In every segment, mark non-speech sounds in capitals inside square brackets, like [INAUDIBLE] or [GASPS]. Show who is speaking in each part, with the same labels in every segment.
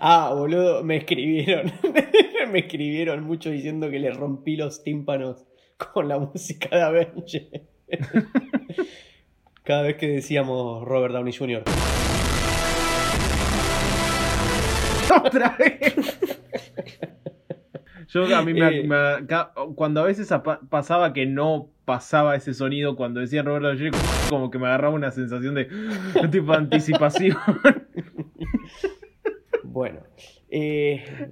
Speaker 1: Ah, boludo, me escribieron. [LAUGHS] me escribieron mucho diciendo que le rompí los tímpanos con la música de Avengers. [LAUGHS] Cada vez que decíamos Robert Downey Jr.
Speaker 2: [LAUGHS] Otra vez. Yo a mí me,
Speaker 1: Eh.
Speaker 2: me- ca- cuando a veces apa- pasaba que no pasaba ese sonido cuando decía Roberto Downey Jr., como que me agarraba una sensación de [GASPS] tipo anticipación.
Speaker 1: Bueno, eh,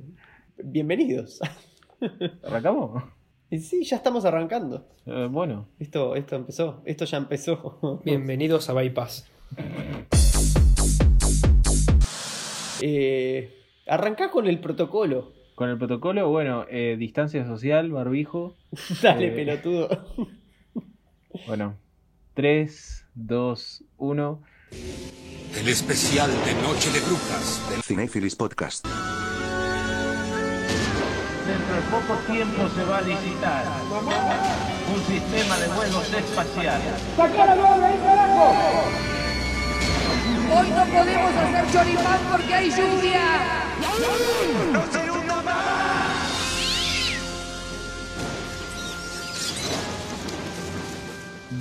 Speaker 1: bienvenidos.
Speaker 2: [LAUGHS]
Speaker 1: [LAUGHS]
Speaker 2: ¿Arrancamos?
Speaker 1: Y Sí, ya estamos arrancando.
Speaker 2: Eh, bueno.
Speaker 1: Esto, esto empezó, esto ya empezó. [LAUGHS]
Speaker 3: Bienvenidos a Bypass.
Speaker 1: Eh, arrancá con el protocolo. [LAUGHS]
Speaker 2: Con el protocolo, bueno, eh, distancia social, barbijo.
Speaker 1: Dale,
Speaker 2: Eh.
Speaker 1: pelotudo.
Speaker 2: Bueno. 3, 2, 1.
Speaker 4: El especial de Noche de Brujas de
Speaker 5: Cinefilis Podcast.
Speaker 6: Dentro de poco tiempo se va a licitar un sistema de vuelos espaciales.
Speaker 7: Hoy no podemos hacer choripán porque hay lluvia.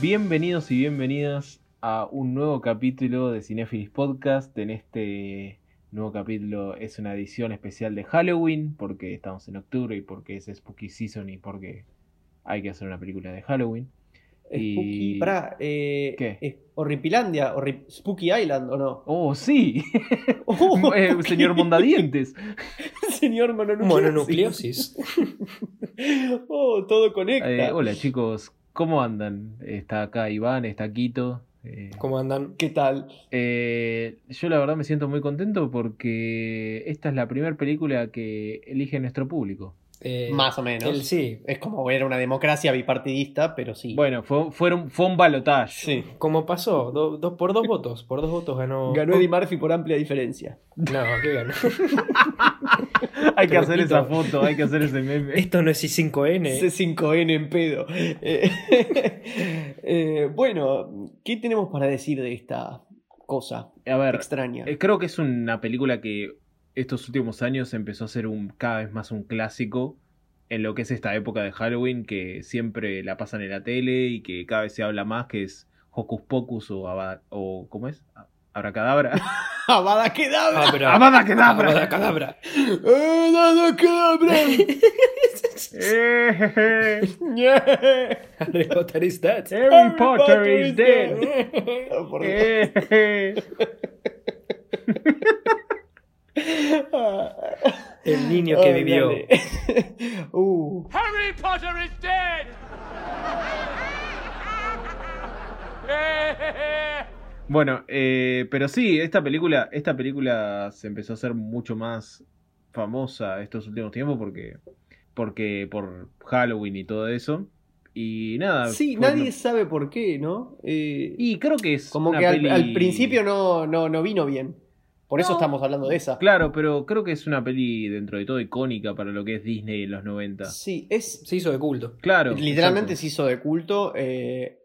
Speaker 2: Bienvenidos y bienvenidas a un nuevo capítulo de Cinefilis Podcast. En este nuevo capítulo es una edición especial de Halloween, porque estamos en octubre y porque es Spooky Season y porque hay que hacer una película de Halloween.
Speaker 1: Spooky, pará, eh,
Speaker 2: ¿Qué?
Speaker 1: eh, Horripilandia, horri- Spooky Island, ¿o no?
Speaker 2: ¡Oh, sí!
Speaker 1: Oh,
Speaker 2: [LAUGHS] Eh,
Speaker 1: [LAUGHS] Spooky-
Speaker 2: señor Mondadientes.
Speaker 1: Señor mononucleosis.
Speaker 3: [LAUGHS] Mononucleosis.
Speaker 1: [LAUGHS] Oh, todo conecta.
Speaker 2: Eh, hola chicos, ¿cómo andan? Está acá Iván, está Quito. eh,
Speaker 3: ¿Cómo andan?
Speaker 1: ¿Qué tal?
Speaker 2: Eh, yo la verdad me siento muy contento porque esta es la primera película que elige nuestro público.
Speaker 3: Eh,
Speaker 1: Más o menos.
Speaker 3: él sí.
Speaker 1: Es como era una democracia bipartidista, pero sí.
Speaker 2: Bueno, fue, fueron, fue un balotaje.
Speaker 1: sí.
Speaker 3: ¿Cómo pasó? Do- dos- por dos votos. Por dos votos ganó.
Speaker 1: Ganó Eddie Murphy por amplia diferencia.
Speaker 3: No,
Speaker 1: [LAUGHS]
Speaker 3: ¿qué ganó?
Speaker 2: [LAUGHS] Hay que
Speaker 3: Pero,
Speaker 2: hacer
Speaker 3: Quito.
Speaker 2: esa foto, hay que hacer ese meme.
Speaker 3: Esto no es I5N.
Speaker 1: C5N en pedo. Eh, [LAUGHS] eh, bueno, ¿qué tenemos para decir de esta cosa
Speaker 2: [LAUGHS] A ver,
Speaker 1: extraña?
Speaker 2: eh, creo que es una película que estos últimos años empezó a ser un, cada vez más un clásico en lo que es esta época de Halloween que siempre la pasan en la tele y que cada vez se habla más, que es Hocus Pocus o, Aba- o ¿cómo es? Abracadabra.
Speaker 1: [LAUGHS]
Speaker 2: [LAUGHS]
Speaker 1: ¡Abada quedabra!
Speaker 3: Abra.
Speaker 2: Amada Kedabra.
Speaker 3: Abra
Speaker 1: [LAUGHS]
Speaker 2: [LAUGHS]
Speaker 3: Ah, cadabra.
Speaker 1: ¡Eh, ¡Abada [LAUGHS]
Speaker 2: Eh, [LAUGHS]
Speaker 1: quedabra!
Speaker 3: [LAUGHS] Harry Potter is dead.
Speaker 2: Harry Potter is [LAUGHS] dead.
Speaker 1: Oh, por Dios.
Speaker 2: Eh.
Speaker 3: El niño que
Speaker 1: Ah,
Speaker 2: [LAUGHS]
Speaker 3: vivió.
Speaker 1: dale. Uh,
Speaker 8: Harry Potter is dead!
Speaker 2: Bueno, eh, pero sí, esta película, esta película se empezó a hacer mucho más famosa estos últimos tiempos porque, porque por Halloween y todo eso. Y nada.
Speaker 1: sí,
Speaker 2: fue
Speaker 1: nadie
Speaker 2: una-
Speaker 1: sabe por qué, ¿no? Eh,
Speaker 2: Y creo que es
Speaker 1: como
Speaker 2: una
Speaker 1: que al,
Speaker 2: peli-
Speaker 1: al principio no, no, no vino bien. Por eso estamos hablando de esa.
Speaker 2: Claro, pero creo que es una peli dentro de todo icónica para lo que es Disney en los 90.
Speaker 1: Sí, es
Speaker 3: Se hizo de culto.
Speaker 2: Claro.
Speaker 1: Literalmente
Speaker 2: exacto.
Speaker 1: se hizo de culto, eh,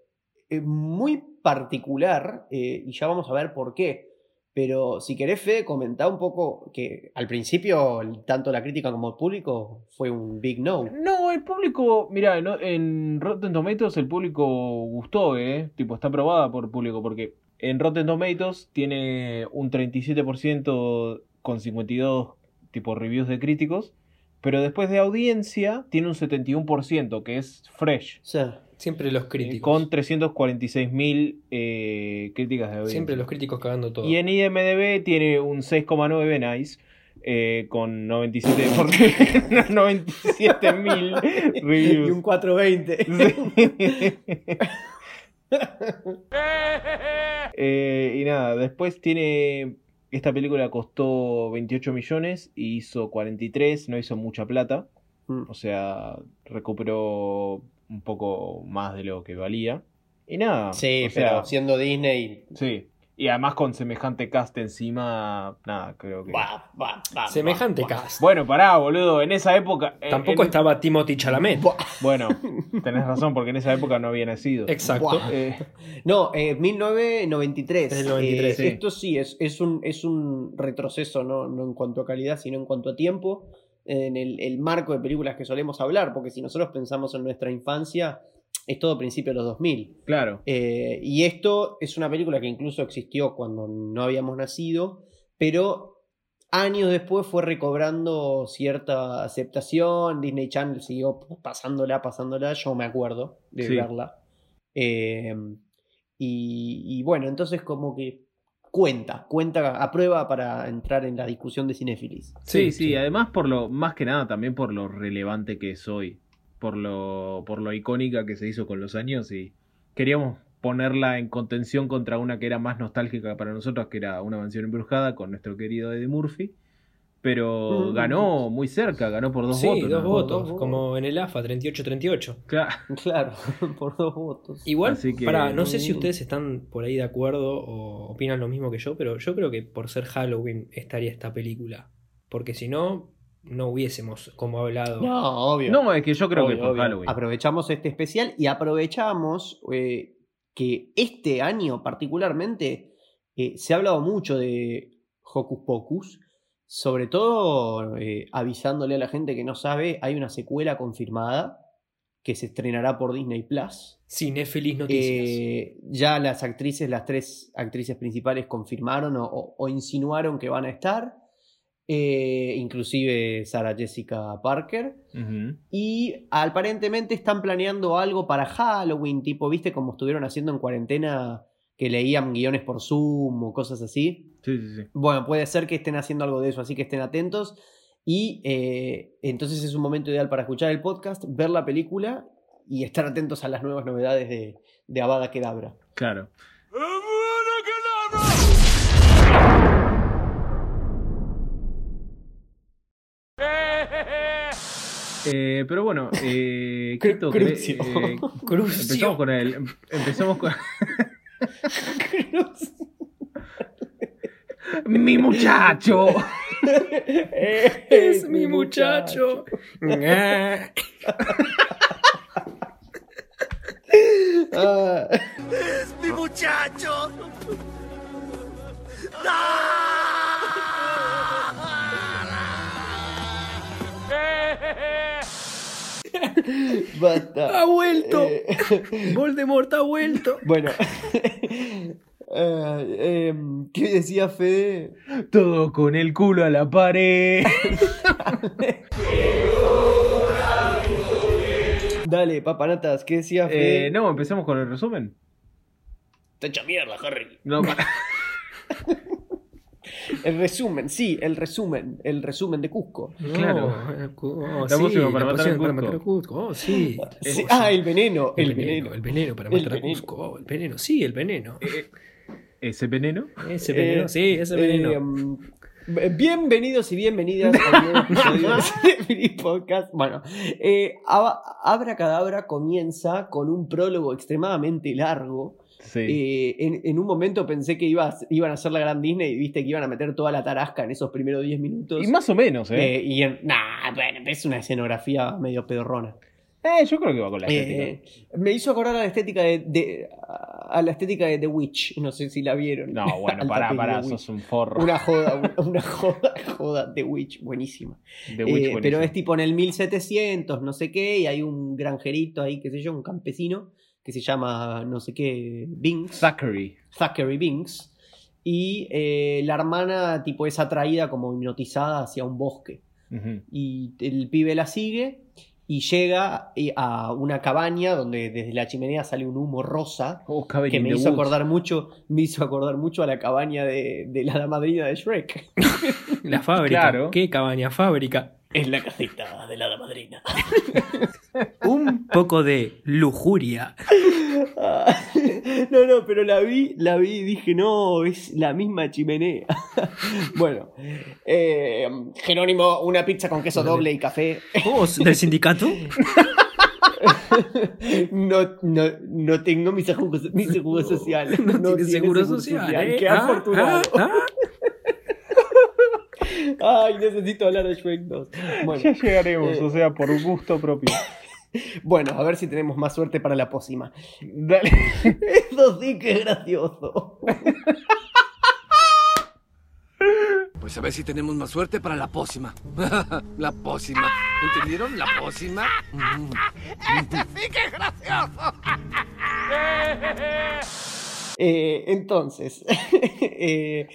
Speaker 1: eh, muy particular, eh, y ya vamos a ver por qué. Pero si querés, Fede, comentá un poco que al principio el- tanto la crítica como el público fue un big no.
Speaker 2: No, el público, mira, no- en Rotten Tomatoes el público gustó, ¿eh? Tipo, está aprobada por público, porque en Rotten Tomatoes tiene un 37% con 52 tipo reviews de críticos, pero después de audiencia tiene un 71%, que es fresh,
Speaker 1: O sea,
Speaker 3: Siempre los
Speaker 2: eh,
Speaker 3: críticos.
Speaker 2: con 346.000 eh, críticas de audiencia.
Speaker 3: Siempre los críticos cagando todo.
Speaker 2: Y en IMDB tiene un 6,9 nice. eh, con 97 [LAUGHS] mil reviews.
Speaker 1: y un 420.
Speaker 2: [LAUGHS]
Speaker 1: [LAUGHS]
Speaker 2: Eh, y nada, después tiene. Esta película costó 28 millones y hizo 43, no hizo mucha plata.
Speaker 1: Mm.
Speaker 2: O sea, recuperó un poco más de lo que valía. Y nada.
Speaker 1: Sí,
Speaker 2: o
Speaker 1: pero
Speaker 2: sea,
Speaker 1: siendo Disney,
Speaker 2: sí. Y además con semejante cast encima, nada, creo que.
Speaker 1: Va, va, va,
Speaker 3: Semejante
Speaker 1: va, va.
Speaker 3: cast.
Speaker 2: Bueno, pará, boludo. En esa época. eh, en-
Speaker 3: Tampoco
Speaker 2: en-
Speaker 3: estaba Timothy Chalamet.
Speaker 1: Buah,
Speaker 2: [LAUGHS] Bueno, tenés razón, porque en esa época no había nacido.
Speaker 3: Exacto.
Speaker 1: buah.
Speaker 2: Eh,
Speaker 1: No, eh, 1993.
Speaker 3: Es el 93,
Speaker 1: Eh,
Speaker 2: sí.
Speaker 1: Esto sí es, es, un, es un retroceso, ¿no? no en cuanto a calidad, sino en cuanto a tiempo, en el, el marco de películas que solemos hablar, porque si nosotros pensamos en nuestra infancia, es todo principio de los 2000.
Speaker 2: claro.
Speaker 1: Eh, y esto es una película que incluso existió cuando no habíamos nacido, pero años después fue recobrando cierta aceptación. Disney Channel siguió pasándola, pasándola. Yo me acuerdo de
Speaker 2: Sí.
Speaker 1: verla. Eh, y, y bueno, entonces como que cuenta, cuenta, aprueba para entrar en la discusión de cinéfilis.
Speaker 2: Sí, sí, además por lo, más que nada también por lo relevante que es hoy, por lo, por lo icónica que se hizo con los años y queríamos ponerla en contención contra una que era más nostálgica para nosotros, que era una mansión embrujada con nuestro querido Eddie Murphy, pero
Speaker 1: Mm.
Speaker 2: ganó muy cerca, ganó por dos
Speaker 3: Sí,
Speaker 2: votos.
Speaker 3: dos
Speaker 2: ¿no?
Speaker 3: votos,
Speaker 1: votos.
Speaker 3: como en el AFA 38-38.
Speaker 2: Claro.
Speaker 1: Claro, [LAUGHS] por dos votos.
Speaker 3: Igual,
Speaker 2: Así que-
Speaker 3: pará, no sé si ustedes están por ahí de acuerdo o opinan lo mismo que yo, pero yo creo que por ser Halloween estaría esta película. Porque si no, no hubiésemos como hablado.
Speaker 1: No, obvio.
Speaker 2: No, es que yo creo
Speaker 1: Obvio,
Speaker 2: que por
Speaker 1: obvio.
Speaker 2: Halloween.
Speaker 1: Aprovechamos este especial y aprovechamos eh, que este año particularmente eh, se ha hablado mucho de Hocus Pocus, sobre todo eh, avisándole a la gente que no sabe, hay una secuela confirmada que se estrenará por Disney Plus.
Speaker 3: Cinéfilis Noticias.
Speaker 1: Eh, ya las actrices, las tres actrices principales confirmaron o, o- o insinuaron que van a estar, eh, inclusive Sarah Jessica Parker.
Speaker 2: Ujú.
Speaker 1: Y aparentemente están planeando algo para Halloween, tipo, viste, como estuvieron haciendo en cuarentena, que leían guiones por Zoom o cosas así.
Speaker 2: Sí, sí, sí.
Speaker 1: Bueno, puede ser que estén haciendo algo de eso, así que estén atentos. Y eh, entonces es un momento ideal para escuchar el podcast, ver la película y estar atentos a las nuevas novedades de, de Abada Kedabra.
Speaker 2: Claro. Eh, pero bueno, eh,
Speaker 1: [LAUGHS] Cru-
Speaker 2: Quito, querés-
Speaker 1: [LAUGHS] crucio.
Speaker 2: eh, empezamos con el. em- Empezamos con. [LAUGHS] ¡Mi muchacho!
Speaker 3: [LAUGHS] Es mi muchacho.
Speaker 1: Ah. [LAUGHS] Basta.
Speaker 3: [LAUGHS] ha vuelto.
Speaker 1: Eh, [LAUGHS]
Speaker 3: Voldemort ha vuelto.
Speaker 1: bueno. [LAUGHS] Ah, em, ¿Qué decía Fede?
Speaker 2: Todo con el culo a
Speaker 1: [LAUGHS]
Speaker 2: la pared.
Speaker 1: Dale, papanatas, ¿qué decía Fede?
Speaker 2: Eh, no, empezamos con el resumen.
Speaker 1: Te echa mierda, Harry. [LAUGHS]
Speaker 2: No, [LAUGHS] para-
Speaker 1: El resumen, sí, el resumen, el resumen de Cusco.
Speaker 2: Claro.
Speaker 3: No, oh,
Speaker 2: La
Speaker 3: sí,
Speaker 2: música para
Speaker 3: la
Speaker 2: matar al
Speaker 3: poción para
Speaker 2: Cusco.
Speaker 3: matar al Cusco. Oh, sí.
Speaker 1: Sí,
Speaker 3: Oh,
Speaker 1: ah,
Speaker 3: sí.
Speaker 1: el veneno, el, veneno.
Speaker 3: El veneno para
Speaker 1: El
Speaker 3: matar al
Speaker 1: veneno.
Speaker 3: Cusco. Oh, el veneno. Sí, el veneno.
Speaker 2: ese veneno.
Speaker 3: Ese veneno.
Speaker 1: Eh,
Speaker 3: sí, ese veneno.
Speaker 1: Eh, mm, bienvenidos y bienvenidas a un nuevo
Speaker 2: [LAUGHS]
Speaker 1: episodio de Cinefilis Podcast. Bueno, eh, Ab- Abracadabra comienza con un prólogo extremadamente largo.
Speaker 2: Sí.
Speaker 1: Eh, en, en un momento pensé que iba a- iban a hacer la gran Disney y viste que iban a meter toda la tarasca en esos primeros 10 minutos.
Speaker 2: y más o menos, ¿eh?
Speaker 1: Eh, y en- nah, bueno, es una escenografía medio pedorrona.
Speaker 2: Eh, yo creo que va con la estética.
Speaker 1: Eh, me hizo acordar a la estética de, de- a la estética de The Witch. No sé si la vieron. [LAUGHS]
Speaker 2: No, bueno,
Speaker 1: Al
Speaker 2: pará,
Speaker 1: tapete
Speaker 2: pará,
Speaker 1: de Witch.
Speaker 2: sos un forro.
Speaker 1: Una joda, una joda, [LAUGHS] joda The Witch, buenísima.
Speaker 2: de Witch
Speaker 1: Eh, pero
Speaker 2: buenísimo.
Speaker 1: es tipo en el 1700, no sé qué, y hay un granjerito ahí, qué sé yo, un campesino, que se llama, no sé qué, Binks,
Speaker 2: Zachary.
Speaker 1: Thackeray Binks, y eh, la hermana tipo es atraída como hipnotizada hacia un bosque
Speaker 2: Ujú.
Speaker 1: y el pibe la sigue y llega eh, a una cabaña donde desde la chimenea sale un humo rosa
Speaker 2: Oh, Cabin
Speaker 1: que
Speaker 2: in
Speaker 1: me
Speaker 2: the
Speaker 1: hizo
Speaker 2: [LAUGHS] Woods.
Speaker 1: acordar mucho me hizo acordar mucho a la cabaña de, de la hada madrina de Shrek
Speaker 3: La fábrica.
Speaker 2: Claro.
Speaker 3: ¿Qué cabaña? Fábrica.
Speaker 1: es la casita de la hada madrina
Speaker 3: Un poco de lujuria.
Speaker 1: Ah, [LAUGHS] no no pero la vi la vi y dije no es la misma chimenea [LAUGHS] bueno eh,
Speaker 3: [LAUGHS]
Speaker 1: Jerónimo una pizza con queso doble y café
Speaker 3: Oh, ¿Del sindicato?
Speaker 1: [LAUGHS] No, no, no tengo mi seguro, mi seguro social.
Speaker 3: [LAUGHS] No, tiene seguro, social. ¿eh?
Speaker 1: Qué
Speaker 3: Ah,
Speaker 1: afortunado.
Speaker 3: ah, ah.
Speaker 1: [LAUGHS] Ay, necesito hablar de Shrek 2.
Speaker 2: Ya
Speaker 3: [LAUGHS]
Speaker 1: Bueno,
Speaker 2: llegaremos,
Speaker 1: Eh.
Speaker 2: o sea, por
Speaker 1: [LAUGHS]
Speaker 2: gusto propio.
Speaker 1: bueno, a ver si tenemos más suerte para la pócima.
Speaker 2: Dale.
Speaker 1: [LAUGHS] Eso sí que es gracioso.
Speaker 4: Pues a ver si tenemos más suerte para la pócima. [LAUGHS] la pócima. ¿Entendieron? La pócima.
Speaker 1: Eh, entonces, [LAUGHS] eh,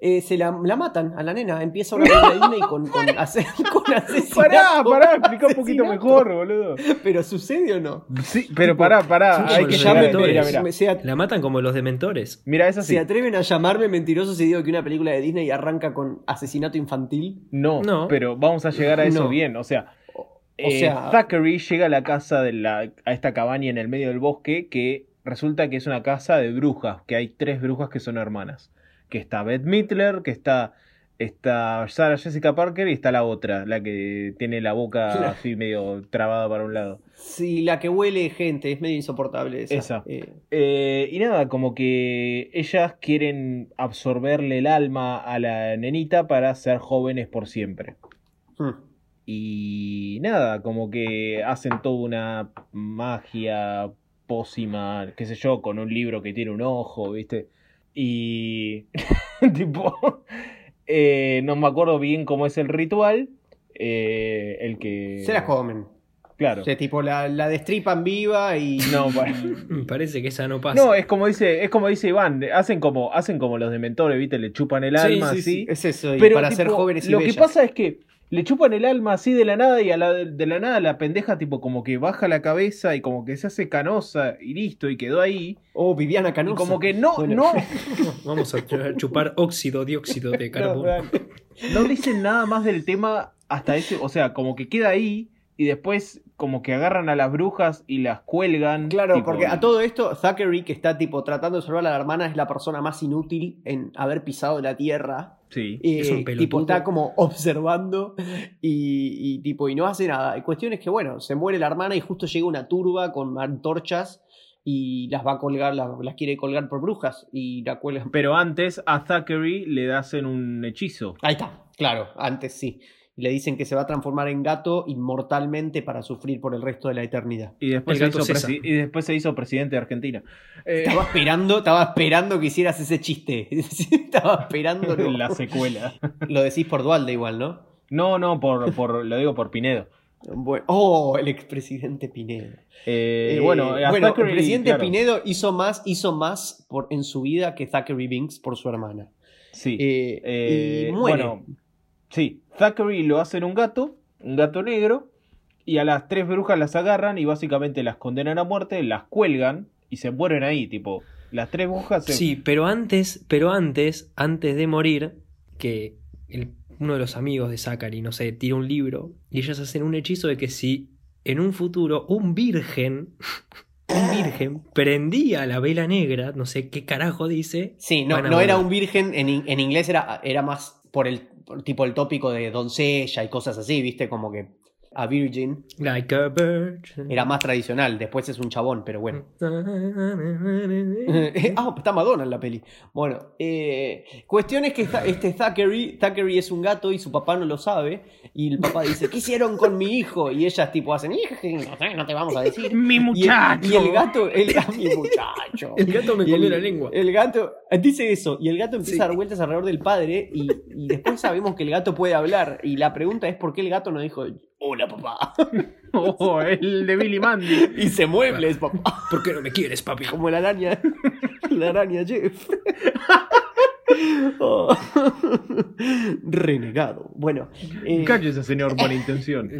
Speaker 1: eh, se la, la matan a la nena. Empieza una película de Disney con, con, ase- [LAUGHS] con asesinato.
Speaker 2: Pará, pará, explica un poquito
Speaker 1: Asesinato.
Speaker 2: mejor, boludo.
Speaker 1: Pero sucede o no?
Speaker 2: Sí, pero pará, pará.
Speaker 3: Sí,
Speaker 2: Ah, Hay
Speaker 3: por
Speaker 2: que
Speaker 3: los
Speaker 2: llamar.
Speaker 3: dementores.
Speaker 2: Mira, mira.
Speaker 1: Me- se at-
Speaker 3: La matan como los dementores.
Speaker 2: Mira, es así.
Speaker 1: ¿Se atreven a llamarme mentiroso si digo que una película de Disney arranca con asesinato infantil?
Speaker 2: No,
Speaker 3: No.
Speaker 2: pero vamos a llegar a eso
Speaker 1: No.
Speaker 2: bien. O sea,
Speaker 1: O
Speaker 2: eh,
Speaker 1: sea-
Speaker 2: Thackeray llega a la casa de la, a esta cabaña en el medio del bosque que resulta que es una casa de brujas, que hay tres brujas que son hermanas. Que está Beth Mittler, que está, está Sarah Jessica Parker y está la otra, la que tiene la boca
Speaker 1: La-
Speaker 2: así medio trabada para un lado.
Speaker 1: Si la que huele gente es medio insoportable esa.
Speaker 2: Esa.
Speaker 1: Eh,
Speaker 2: Eh, y nada, como que ellas quieren absorberle el alma a la nenita para ser jóvenes por siempre.
Speaker 1: hmm.
Speaker 2: Y nada, como que hacen toda una magia, pócima, qué sé yo, con un libro que tiene un ojo, ¿viste? Y [LAUGHS] tipo, eh, no me acuerdo bien cómo es el ritual, eh, el que...
Speaker 1: mm. Se la comen.
Speaker 2: Claro.
Speaker 1: Se tipo la, la destripan viva y.
Speaker 2: No, para-
Speaker 3: Me Mm, parece que esa no pasa.
Speaker 2: No, es como dice, es como dice Iván, hacen como, hacen como los dementores, viste, le chupan el
Speaker 3: Sí,
Speaker 2: alma
Speaker 3: sí,
Speaker 2: así.
Speaker 3: sí.
Speaker 1: [LAUGHS] Es eso, y
Speaker 2: Pero,
Speaker 1: para ser
Speaker 2: tipo,
Speaker 1: jóvenes y
Speaker 2: Lo
Speaker 1: bellas.
Speaker 2: que pasa es que le chupan el alma así de la nada y a la, de la nada la pendeja tipo como que baja la cabeza y como que se hace canosa y listo y quedó ahí.
Speaker 1: Oh, Viviana
Speaker 2: Y
Speaker 1: Canosa.
Speaker 2: como que no,
Speaker 1: Bueno. [LAUGHS]
Speaker 2: no,
Speaker 3: Vamos a ch- chupar óxido, dióxido [LAUGHS] de carbono.
Speaker 2: no dicen nada más del tema hasta ese, o sea, como que queda ahí y después como que agarran a las brujas y las cuelgan.
Speaker 1: Claro,
Speaker 2: tipo,
Speaker 1: porque a todo esto, Zachary, que está tipo tratando de salvar a la hermana, es la persona más inútil en haber pisado la tierra.
Speaker 2: Sí.
Speaker 1: Eh,
Speaker 3: Es un pelotudo.
Speaker 1: tipo, está como observando y, y, tipo, y no hace nada. Y cuestión es que, bueno, se muere la hermana y justo llega una turba con antorchas y las va a colgar, las, las quiere colgar por brujas y la cuelgan.
Speaker 2: Pero antes a Thackeray le hacen un hechizo.
Speaker 1: Ahí está, claro, antes sí. Y le dicen que se va a transformar en gato inmortalmente para sufrir por el resto de la eternidad.
Speaker 2: Y después, se
Speaker 3: El gato
Speaker 2: hizo,
Speaker 3: César.
Speaker 2: presi- y después se hizo presidente
Speaker 1: [LAUGHS]
Speaker 2: de Argentina. Eh, [LAUGHS]
Speaker 1: Estaba esperando, estaba esperando que hicieras ese chiste. [LAUGHS] estaba esperando.
Speaker 2: la secuela.
Speaker 1: Lo decís por Dualde igual, ¿no?
Speaker 2: No, no, por, por, lo digo por Pinedo.
Speaker 1: Bueno, oh, el expresidente Pinedo.
Speaker 2: Eh,
Speaker 1: Eh,
Speaker 2: bueno, a Thackeray,
Speaker 1: el presidente
Speaker 2: claro,
Speaker 1: Pinedo hizo más, hizo más por, en su vida que Zachary Binks por su hermana.
Speaker 2: Sí.
Speaker 1: Eh,
Speaker 2: Eh,
Speaker 1: y muere.
Speaker 2: Bueno, sí, Thackeray lo hacen un gato, un gato negro, y a las tres brujas las agarran y básicamente las condenan a muerte, las cuelgan y se mueren ahí, tipo. Las tres brujas se...
Speaker 3: Sí, pero antes, pero antes, antes de morir, que el- uno de los amigos de Zachary, no sé, tira un libro y ellas hacen un hechizo de que si en un futuro un virgen, [LAUGHS] un virgen, prendía la vela negra, no sé qué carajo dice.
Speaker 1: Sí, no,
Speaker 3: van a
Speaker 1: no era
Speaker 3: morir.
Speaker 1: un virgen, en, in- en inglés era, era más por el por tipo el tópico de doncella y cosas así, viste, como que a virgin
Speaker 3: Like a virgin.
Speaker 1: era más tradicional, después es un chabón, pero bueno. [LAUGHS] ah, está Madonna en la peli. Bueno, eh, cuestión es que esta- este Thackeray, Thackeray es un gato y su papá no lo sabe. Y el papá dice, ¿qué hicieron con mi hijo? Y ellas tipo hacen, "Ije, no sé, no te vamos a decir.
Speaker 2: Mi
Speaker 1: Y el, y
Speaker 2: muchacho.
Speaker 1: el gato, el, ah, mi muchacho.
Speaker 3: [LAUGHS] [LAUGHS] El gato me
Speaker 1: Y
Speaker 3: comió
Speaker 1: el-
Speaker 3: la lengua.
Speaker 1: El gato eh, dice eso, y el gato empieza
Speaker 3: Sí.
Speaker 1: a dar vueltas alrededor del padre, y, y después sabemos que el gato puede hablar. Y la pregunta es: ¿por qué el gato no dijo, hola papá?
Speaker 2: Oh, el de Billy Mandy.
Speaker 1: [LAUGHS] Y se muebles, papá.
Speaker 3: ¿Por qué no me
Speaker 1: [LAUGHS]
Speaker 3: quieres, papi?
Speaker 1: Como la araña, la araña Jeff. Oh. Renegado. Bueno, eh, [LAUGHS]
Speaker 2: Cállese, señor, buena intención.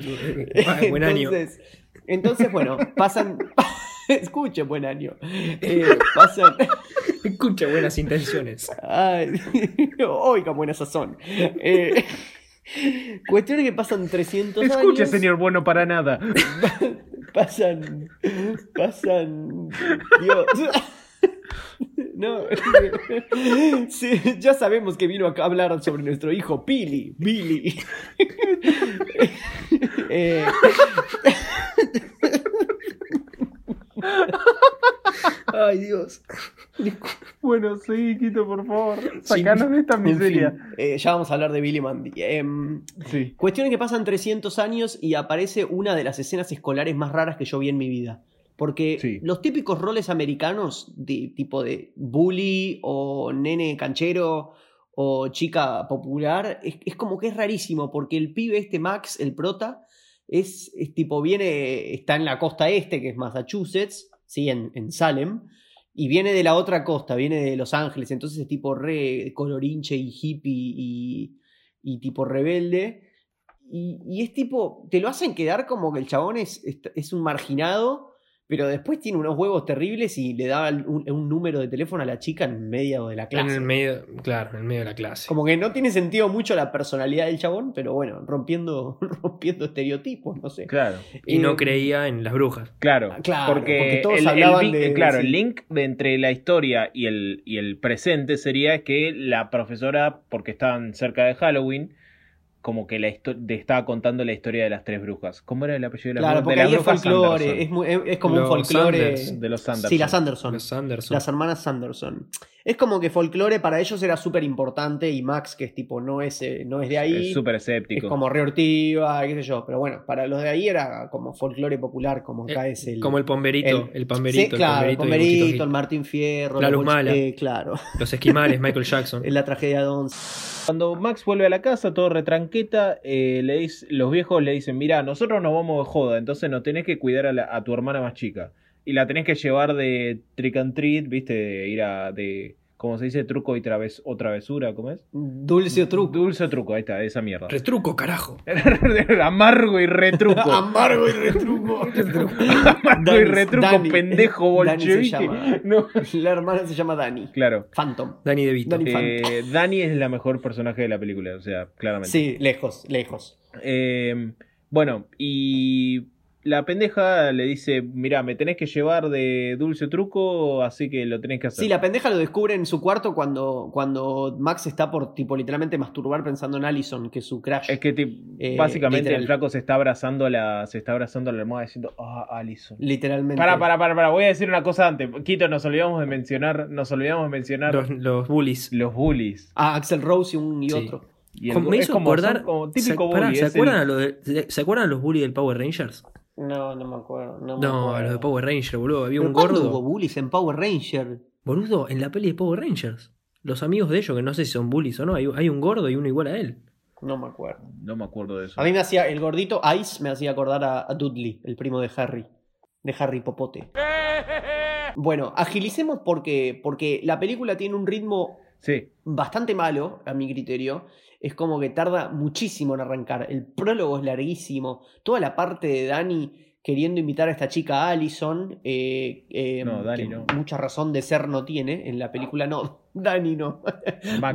Speaker 3: Ah, Buen año.
Speaker 1: Entonces, entonces, bueno, pasan. [LAUGHS] Escuchen, buen año. Eh, pasan.
Speaker 3: Escucha buenas intenciones.
Speaker 1: Ay, [LAUGHS] oiga, buena sazón. Eh, [LAUGHS] cuestión es que pasan 300
Speaker 2: Escuche,
Speaker 1: años.
Speaker 2: señor, bueno para nada. [LAUGHS]
Speaker 1: Pasan. Pasan. Dios. [LAUGHS] No. [LAUGHS] Sí, ya sabemos que vino acá a hablar sobre nuestro hijo Pili. [LAUGHS] Billy. Eh,
Speaker 3: Ay, Dios.
Speaker 2: Bueno, seguí, Quito, por favor. Sacanos de esta
Speaker 1: En fin,
Speaker 2: miseria.
Speaker 1: eh, ya vamos a hablar de Billy Mandy. Em,
Speaker 2: Sí.
Speaker 1: Cuestiones que pasan 300 años y aparece una de las escenas escolares más raras que yo vi en mi vida. Porque
Speaker 2: Sí.
Speaker 1: los típicos roles americanos, de, tipo de bully o nene canchero o chica popular, es, es como que es rarísimo, porque el pibe este Max, el prota, es, es tipo, viene, está en la costa este, que es Massachusetts, sí, en, en Salem, y viene de la otra costa, viene de Los Ángeles, entonces es tipo re colorinche y hippie y, y tipo rebelde. Y, y es tipo, te lo hacen quedar como que el chabón es, es, es un marginado, pero después tiene unos huevos terribles y le da un, un número de teléfono a la chica en medio de la clase.
Speaker 3: En el medio, claro, en el medio de la clase.
Speaker 1: Como que no tiene sentido mucho la personalidad del chabón, pero bueno, rompiendo, [LAUGHS] rompiendo estereotipos, no sé.
Speaker 2: Claro.
Speaker 3: y no
Speaker 1: Eh,
Speaker 3: creía en las brujas.
Speaker 2: Claro,
Speaker 1: Ah, Claro,
Speaker 2: porque,
Speaker 1: porque todos
Speaker 2: el, el
Speaker 1: hablaban
Speaker 2: link- eh,
Speaker 1: de-
Speaker 2: claro,
Speaker 1: sí.
Speaker 2: el link de entre la historia y el, y el presente sería que la profesora, porque estaban cerca de Halloween, como que la histo- te estaba contando la historia de las tres brujas. ¿Cómo era el apellido de las
Speaker 1: Claro,
Speaker 2: brujas?
Speaker 1: porque ahí
Speaker 2: de
Speaker 1: es
Speaker 2: las brujas
Speaker 1: folclore,
Speaker 2: Sanderson.
Speaker 1: es, muy- es- es como un
Speaker 3: Los
Speaker 1: folclore.
Speaker 3: Sanders,
Speaker 2: de los Sanderson.
Speaker 1: Sí, las Anderson.
Speaker 3: Los Anderson.
Speaker 1: Las hermanas Sanderson. Es como que folclore para ellos era súper importante y Max, que es tipo, no es, eh, no es de ahí.
Speaker 2: Es súper escéptico.
Speaker 1: es como reortiva, qué sé yo. Pero bueno, para los de ahí era como folclore popular, como
Speaker 3: Eh,
Speaker 1: acá es el.
Speaker 3: Como el pomberito, el,
Speaker 1: Sí,
Speaker 3: pomberito,
Speaker 1: claro, el
Speaker 3: el pomberito, de
Speaker 1: Pomberito,
Speaker 3: dibujitos
Speaker 1: el
Speaker 3: hip-
Speaker 1: Martín Fierro,
Speaker 3: La
Speaker 1: los
Speaker 3: Luz
Speaker 1: Bolche-
Speaker 3: Mala.
Speaker 1: eh, claro,
Speaker 3: los esquimales, Michael Jackson.
Speaker 1: la tragedia de Once.
Speaker 2: Cuando Max vuelve a la casa, todo retranqueta, eh, le dice- los viejos le dicen, mira, nosotros nos vamos de joda, entonces nos tenés que cuidar a, la- a tu hermana más chica. Y la tenés que llevar de trick and treat, viste, de ir a, de, ¿cómo se dice? Truco y traves, o travesura, ¿cómo es?
Speaker 1: Dulce o truco.
Speaker 2: Dulce o truco, ahí está, esa mierda.
Speaker 3: Retruco, carajo.
Speaker 2: [LAUGHS] Amargo
Speaker 1: [LAUGHS]
Speaker 2: y retruco.
Speaker 1: Amargo y
Speaker 3: [LAUGHS]
Speaker 1: retruco.
Speaker 2: Amargo y
Speaker 1: Dani,
Speaker 2: retruco,
Speaker 1: Dani.
Speaker 2: pendejo
Speaker 1: Dani se
Speaker 2: bolchevique.
Speaker 1: llama.
Speaker 2: No,
Speaker 1: La hermana se llama Dani.
Speaker 2: claro.
Speaker 1: Phantom.
Speaker 3: Danny DeVito.
Speaker 1: Danny- Infante.
Speaker 2: Eh, Dani es la mejor personaje de la película, o sea, claramente.
Speaker 1: Sí, lejos, lejos.
Speaker 2: Eh, bueno, y la pendeja le dice, mira, me tenés que llevar de dulce truco, así que lo tenés que hacer.
Speaker 1: Sí, la pendeja lo descubre en su cuarto cuando, cuando Max está por, tipo, literalmente masturbar pensando en Allison, que es su crush.
Speaker 2: Es que ti-
Speaker 1: Eh,
Speaker 2: básicamente
Speaker 1: literal.
Speaker 2: el flaco se está abrazando a la, se está abrazando a la almohada diciendo, ah, Alison.
Speaker 1: Literalmente.
Speaker 2: Pará, pará, pará, pará, voy a decir una cosa antes. Quito, nos olvidamos de mencionar, nos olvidamos de mencionar los,
Speaker 3: Los, los bullies.
Speaker 2: bullies.
Speaker 1: A Axel Rose y un y
Speaker 3: Sí.
Speaker 1: otro.
Speaker 2: Y el-
Speaker 3: Como- me
Speaker 2: es
Speaker 3: hizo
Speaker 2: como- son
Speaker 3: acordar.
Speaker 2: como
Speaker 3: ¿se,
Speaker 2: típico
Speaker 3: pará,
Speaker 2: bully.
Speaker 3: ¿se
Speaker 2: es
Speaker 3: acuerdan
Speaker 2: el-
Speaker 3: a los de- ¿Se acuerdan a los bullies del Power Rangers?
Speaker 1: No, no me acuerdo. No, me
Speaker 3: No, a
Speaker 1: acuerdo.
Speaker 3: los de Power Rangers, boludo. Había
Speaker 1: ¿Pero
Speaker 3: un
Speaker 1: cuándo
Speaker 3: gordo.
Speaker 1: hubo bullies en Power Ranger?
Speaker 3: Boludo, en la peli de Power Rangers. Los amigos de ellos, que no sé si son bullies o no, hay, hay un gordo y uno igual a él.
Speaker 1: No me acuerdo.
Speaker 2: No me acuerdo de eso.
Speaker 1: A mí me hacía, el gordito Ice me hacía acordar a, a Dudley, el primo de Harry. De Harry Popote. Bueno, agilicemos porque, porque la película tiene un ritmo
Speaker 2: Sí,
Speaker 1: bastante malo, a mi criterio. Es como que tarda muchísimo en arrancar. El prólogo es larguísimo. Toda la parte de Dani queriendo invitar a esta chica a Allison, eh, eh,
Speaker 2: No, Dani
Speaker 1: que
Speaker 2: no.
Speaker 1: mucha razón de ser no tiene en la película, no. Dani no.
Speaker 2: Max.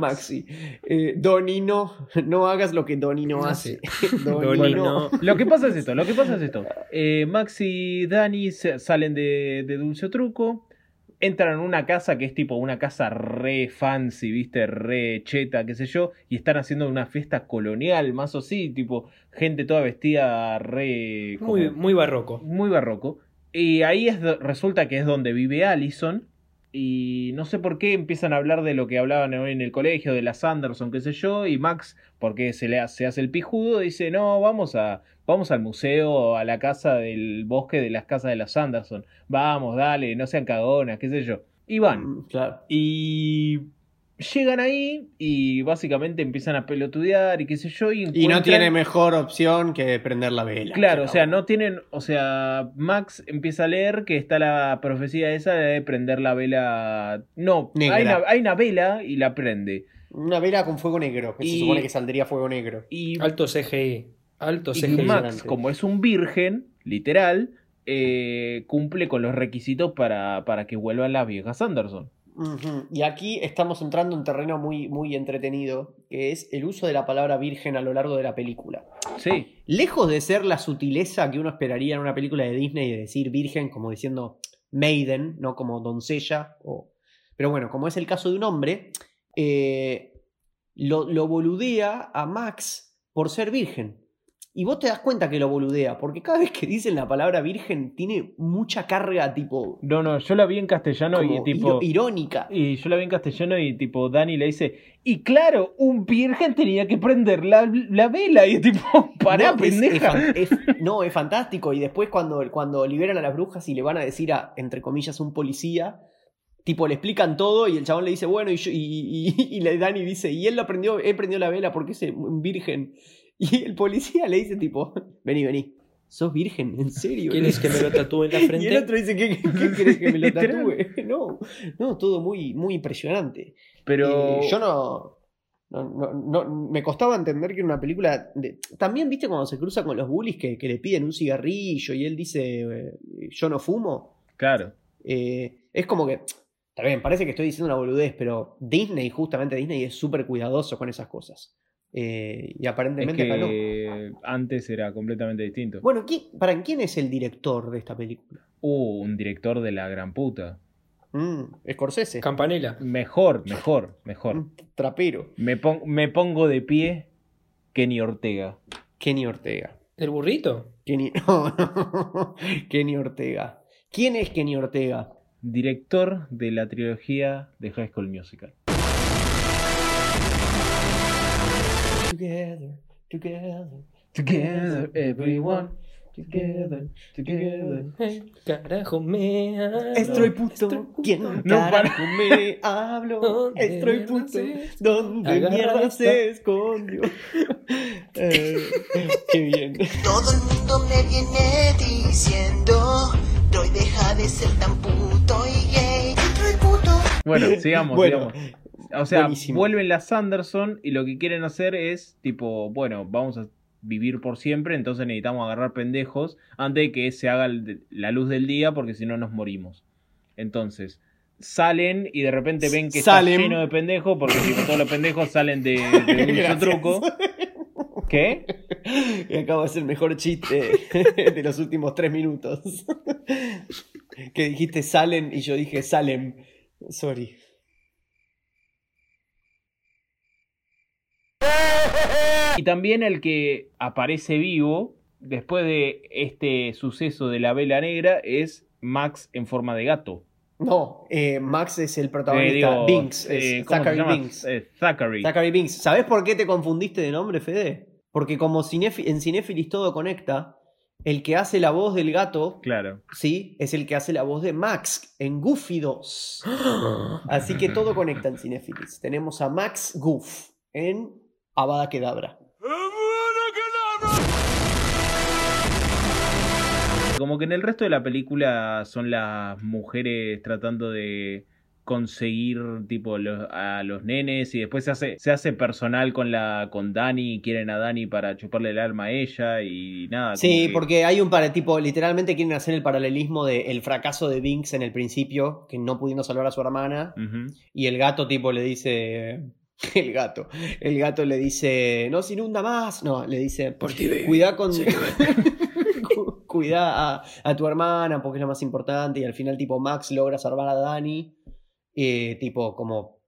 Speaker 1: [LAUGHS] Maxi. Eh, Donnie no. No hagas lo que Donnie no
Speaker 3: No
Speaker 1: hace. [LAUGHS] Donnie
Speaker 3: Donnie
Speaker 1: no.
Speaker 3: no.
Speaker 2: Lo que pasa es esto, lo que pasa es esto. Eh, Max y Dani se- salen de, de Dulce o Truco, entran en una casa que es tipo una casa re fancy, viste, re cheta, qué sé yo, y están haciendo una fiesta colonial, más o sí, tipo gente toda vestida re... como-
Speaker 3: [LAUGHS] Muy, muy barroco.
Speaker 2: muy barroco. Y ahí es do- resulta que es donde vive Allison. Y no sé por qué empiezan a hablar de lo que hablaban hoy en el colegio, de las Anderson, qué sé yo. Y Max, porque se le hace, se hace el pijudo, dice: No, vamos, a, vamos al museo, a la casa del bosque de las casas de las Anderson. Vamos, dale, no sean cagonas, qué sé yo. Y van.
Speaker 1: Mm, Claro.
Speaker 2: Y llegan ahí y básicamente empiezan a pelotudear y qué sé yo. Y,
Speaker 1: Y no
Speaker 2: encuentran-
Speaker 1: tiene mejor opción que prender la vela.
Speaker 2: Claro, o sea, no tienen, o sea, Max empieza a leer que está la profecía esa de prender la vela. No,
Speaker 1: Negra.
Speaker 2: hay una, hay una vela y la prende.
Speaker 1: Una vela con fuego negro, que se
Speaker 2: Y-
Speaker 1: supone que saldría fuego negro.
Speaker 2: Y,
Speaker 3: Alto CGI. Alto
Speaker 2: y
Speaker 3: CGI.
Speaker 2: Max, como es un virgen, literal, eh, cumple con los requisitos para, para que vuelvan las viejas Anderson.
Speaker 1: Ujú. Y aquí estamos entrando en un terreno muy, muy entretenido, que es el uso de la palabra virgen a lo largo de la película.
Speaker 2: Sí,
Speaker 1: Lejos de ser la sutileza que uno esperaría en una película de Disney de decir virgen como diciendo maiden, no como doncella. O... Pero bueno, como es el caso de un hombre, eh, lo, lo boludea a Max por ser virgen. Y vos te das cuenta que lo boludea, porque cada vez que dicen la palabra virgen tiene mucha carga tipo...
Speaker 2: No, no, yo la vi en castellano y
Speaker 1: como
Speaker 2: tipo.
Speaker 1: iro- irónica.
Speaker 2: Y yo la vi en castellano y tipo, Dani le dice, y claro, un virgen tenía que prender la, la vela. Y es tipo, [LAUGHS] pará,
Speaker 1: No, es- es
Speaker 2: pendeja.
Speaker 1: fan- es- no, es fantástico. Y después cuando, cuando liberan a las brujas y le van a decir a, entre comillas, un policía, tipo, le explican todo y el chabón le dice, bueno, y, yo- y, y, y le- Dani dice, y él lo aprendió, él prendió la vela porque es un virgen. Y el policía le dice, tipo, vení, vení, sos virgen, en serio.
Speaker 3: ¿Quieres que me lo tatúe en la
Speaker 1: [LAUGHS] Y el
Speaker 3: frente?
Speaker 1: otro dice, ¿qué, qué, qué querés que me lo
Speaker 2: [LAUGHS] Literal.
Speaker 1: tatúe? No, no, todo muy, muy impresionante.
Speaker 2: Pero.
Speaker 1: Y yo no, no, no- no- Me costaba entender que era una película. de- También, viste, cuando se cruza con los bullies que, que le piden un cigarrillo y él dice, eh, yo no fumo.
Speaker 2: Claro.
Speaker 1: eh, es como que. Está bien, parece que estoy diciendo una boludez, pero Disney, justamente Disney, es súper cuidadoso con esas cosas. Eh, y
Speaker 2: Es
Speaker 1: aparentemente acá no.
Speaker 2: que antes era completamente distinto.
Speaker 1: Bueno, ¿quién- ¿para quién es el director de esta película?
Speaker 2: Uh, un director de la gran puta.
Speaker 1: Mm, Scorsese.
Speaker 3: Campanela.
Speaker 2: Mejor, mejor, mejor.
Speaker 1: Mm, Trapero.
Speaker 2: Me, pon- me pongo de pie Kenny Ortega.
Speaker 1: Kenny Ortega.
Speaker 3: ¿El burrito?
Speaker 1: Kenny, [LAUGHS] no, no. Kenny Ortega. ¿Quién es Kenny Ortega?
Speaker 2: Director de la trilogía de High School Musical.
Speaker 1: Together, together,
Speaker 2: Together, everyone. Together,
Speaker 3: Eh, Carajo, me
Speaker 1: Estoy puto.
Speaker 3: Estoy puto.
Speaker 1: ¿Quién
Speaker 2: No,
Speaker 1: carajo me hablo?
Speaker 3: ¿Dónde
Speaker 1: Estoy
Speaker 3: mierda
Speaker 1: puto.
Speaker 3: se-
Speaker 1: ¿Dónde
Speaker 3: Agarra
Speaker 1: mierda
Speaker 3: esta.
Speaker 1: se escondió? [LAUGHS] Eh, qué bien.
Speaker 5: Todo el mundo me viene diciendo, Roy deja de ser tan puto y gay. Dentro el puto.
Speaker 2: Bueno, sigamos,
Speaker 1: [LAUGHS] Bueno,
Speaker 2: sigamos. O sea,
Speaker 1: buenísimo.
Speaker 2: vuelven las Anderson y lo que quieren hacer es, tipo, bueno, vamos a vivir por siempre, entonces necesitamos agarrar pendejos antes de que se haga el- la luz del día, porque si no nos morimos. Entonces, salen y de repente ven que
Speaker 1: Salen.
Speaker 2: está lleno de pendejos, porque tipo, todos los pendejos salen de, de un
Speaker 1: [LAUGHS] Gracias.
Speaker 2: solo truco. ¿Qué?
Speaker 1: Y acabo de hacer el mejor chiste [LAUGHS] de los últimos tres minutos. [LAUGHS] Que dijiste Salem y yo dije Salem. Sorry.
Speaker 2: Y también el que aparece vivo después de este suceso de la vela negra es Max en forma de gato.
Speaker 1: No, eh, Max es el
Speaker 2: Eh,
Speaker 1: protagonista.
Speaker 2: digo,
Speaker 1: Binks. es
Speaker 2: eh, ¿cómo se
Speaker 1: Zachary
Speaker 2: llama?
Speaker 1: Binks.
Speaker 2: Eh, Zachary.
Speaker 1: Zachary Binks. ¿Sabés por qué te confundiste de nombre, Fede? Porque como cinéfi- en Cinéfilis todo conecta, el que hace la voz del gato,
Speaker 2: Claro.
Speaker 1: sí, es el que hace la voz de Max en Goofy 2. Así que todo conecta en Cinéfilis. Tenemos a Max Goof en Abada Kedabra.
Speaker 2: Como que en el resto de la película son las mujeres tratando de conseguir tipo los- a los nenes y después se hace se hace personal con la con Dani y quieren a Dani para chuparle el alma a ella y nada Ah, como
Speaker 1: Sí,
Speaker 2: que-
Speaker 1: porque hay un para tipo, literalmente quieren hacer el paralelismo del fracaso de Binks en el principio, que no pudiendo salvar a su hermana,
Speaker 2: Ujú.
Speaker 1: Y el gato tipo le dice... [LAUGHS] El gato. El gato le dice... No se inunda más. No, le dice...
Speaker 3: Por ti, baby.
Speaker 1: Cuidá con...
Speaker 3: Sí.
Speaker 1: [LAUGHS] cu- Cuidá a, a tu hermana porque es lo más importante. Y al final tipo Max logra salvar a Dani. eh, tipo como...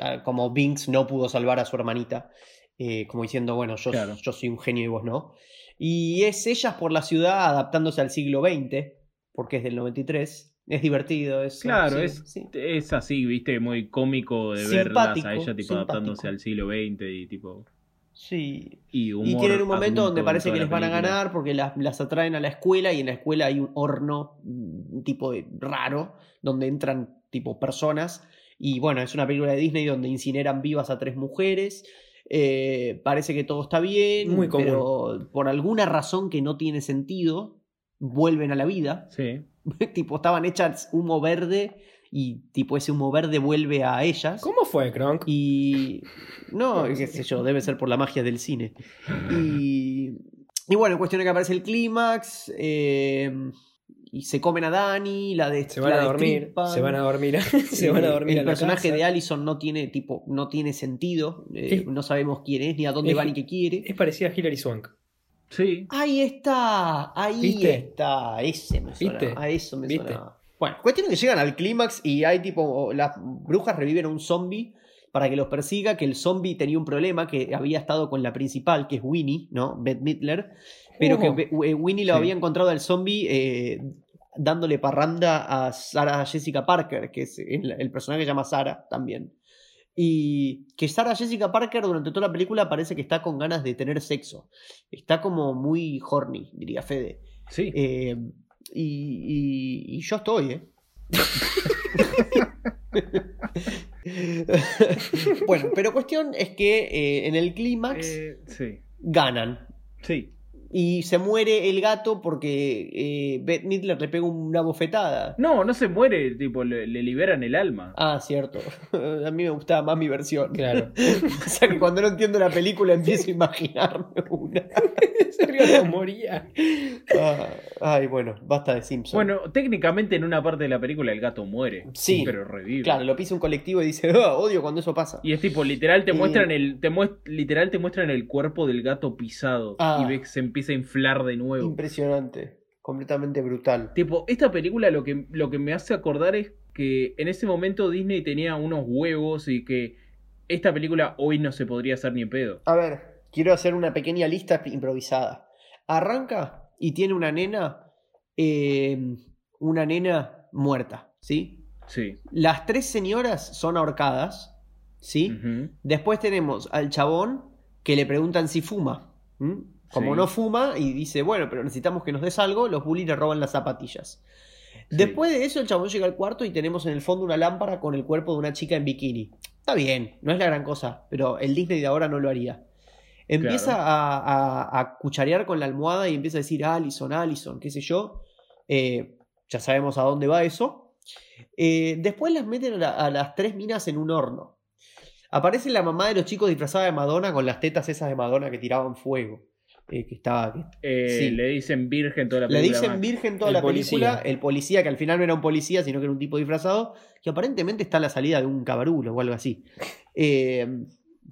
Speaker 1: ah, Como Binks no pudo salvar a su hermanita. eh, como diciendo, bueno, yo,
Speaker 2: Claro.
Speaker 1: yo soy un genio y vos no. Y es ellas por la ciudad adaptándose al siglo XX. Porque es del 93. Es divertido. Es,
Speaker 2: Claro,
Speaker 1: sí,
Speaker 2: es,
Speaker 1: sí.
Speaker 2: es así, viste, muy cómico de verlas
Speaker 1: Simpático,
Speaker 2: a ella, tipo,
Speaker 1: simpático.
Speaker 2: adaptándose al siglo XX y tipo.
Speaker 1: Sí,
Speaker 2: Y,
Speaker 1: Y
Speaker 2: humor
Speaker 1: tienen un momento
Speaker 2: adulto
Speaker 1: donde
Speaker 2: en
Speaker 1: parece
Speaker 2: toda
Speaker 1: que
Speaker 2: la
Speaker 1: les van a
Speaker 2: película.
Speaker 1: ganar porque las, las atraen a la escuela y en la escuela hay un horno mm, tipo de raro donde entran tipo personas. Y bueno, es una película de Disney donde incineran vivas a tres mujeres. Eh, parece que todo está bien,
Speaker 3: Muy común.
Speaker 1: pero por alguna razón que no tiene sentido, vuelven a la vida. [LAUGHS]
Speaker 2: Sí.
Speaker 1: tipo, estaban hechas humo verde y tipo ese humo verde vuelve a ellas.
Speaker 3: [GASPS] ¿Cómo fue, Kronk?
Speaker 1: Y. No, qué sé yo, debe ser por la magia del cine. Y. Y bueno, cuestión es que aparece el clímax. eh, y se comen a Dani, la de
Speaker 3: Se van a dormir, se van a [LAUGHS] dormir, se van a dormir.
Speaker 1: El
Speaker 3: a la
Speaker 1: personaje
Speaker 3: casa.
Speaker 1: de Allison no tiene, tipo, no tiene sentido. eh,
Speaker 3: Es-
Speaker 1: no sabemos quién es, ni a dónde
Speaker 3: es-
Speaker 1: va, ni qué quiere.
Speaker 3: Es parecida a Hilary Swank.
Speaker 2: Sí.
Speaker 1: Ahí está, ahí
Speaker 3: ¿Viste?
Speaker 1: está. Ese me suena.
Speaker 3: ¿Viste?
Speaker 1: A eso me
Speaker 3: ¿Viste?
Speaker 1: sonaba. Bueno, cuestión es que llegan al clímax y hay tipo. Las brujas reviven a un zombie para que los persiga, que el zombie tenía un problema, que había estado con la principal, que es Winnie, ¿no? Beth Midler, pero
Speaker 3: Ojo.
Speaker 1: que Be- eh, Winnie lo
Speaker 2: Sí.
Speaker 1: había encontrado al zombie eh, dándole parranda a Sarah Jessica Parker, que es el, el personaje que se llama Sarah también. Y que Sarah Jessica Parker durante toda la película parece que está con ganas de tener sexo. Está como muy horny, diría Fede.
Speaker 2: Sí.
Speaker 1: Eh, y, y- y yo estoy, ¿eh? [LAUGHS] bueno, pero cuestión es que eh, en el clímax
Speaker 2: Eh, sí.
Speaker 1: ganan.
Speaker 2: Sí.
Speaker 1: Y se muere el gato porque eh, Beth Midler le pega una bofetada.
Speaker 2: No, no se muere, tipo, le, le liberan el alma.
Speaker 1: Ah, cierto. [LAUGHS] A mí me gustaba más mi versión.
Speaker 3: [LAUGHS] Claro.
Speaker 1: [LAUGHS] O sea que cuando no entiendo la película empiezo a imaginarme
Speaker 2: [LAUGHS]
Speaker 1: una.
Speaker 3: Se río no moría.
Speaker 1: Ah, ay, bueno, basta de Simpson.
Speaker 2: Bueno, técnicamente en una parte de la película el gato muere.
Speaker 1: Sí.
Speaker 2: Pero revive.
Speaker 1: claro, lo pisa un colectivo y dice, "Ah, odio cuando eso pasa.
Speaker 2: Y es tipo, literal te
Speaker 1: Y-
Speaker 2: muestran el. Te muest- literal te muestran el cuerpo del gato pisado.
Speaker 1: Ah.
Speaker 2: Y ves que se empieza a inflar de nuevo.
Speaker 1: Impresionante, completamente brutal.
Speaker 2: Tipo, esta película lo que, lo que me hace acordar es que en ese momento Disney tenía unos huevos y que esta película hoy no se podría hacer ni en pedo.
Speaker 1: A ver, quiero hacer una pequeña lista improvisada. Arranca y tiene una nena, eh, una nena muerta, ¿sí?
Speaker 2: Sí.
Speaker 1: Las tres señoras son ahorcadas, ¿sí?
Speaker 2: Ujú.
Speaker 1: Después tenemos al chabón que le preguntan si fuma. ¿m? Como
Speaker 2: Sí.
Speaker 1: no fuma y dice, bueno, pero necesitamos que nos des algo, los bullies le roban las zapatillas.
Speaker 2: Sí.
Speaker 1: Después de eso, el chabón llega al cuarto y tenemos en el fondo una lámpara con el cuerpo de una chica en bikini. Está bien, no es la gran cosa, pero el Disney de ahora no lo haría. Empieza
Speaker 2: Claro.
Speaker 1: a, a- a cucharear con la almohada y empieza a decir, Allison, Allison, qué sé yo. Eh, ya sabemos a dónde va eso. Eh, después las meten a, la- a las tres minas en un horno. Aparece la mamá de los chicos disfrazada de Madonna con las tetas esas de Madonna que tiraban fuego. eh, que estaba, que
Speaker 2: Eh,
Speaker 1: Sí.
Speaker 2: Le dicen virgen toda la
Speaker 1: le
Speaker 2: película.
Speaker 1: dicen
Speaker 2: man.
Speaker 1: virgen toda
Speaker 3: El
Speaker 1: la película.
Speaker 3: policía.
Speaker 1: El policía, que al final no era un policía, sino que era un tipo disfrazado, que aparentemente está a la salida de un cabarulo o algo así. Eh,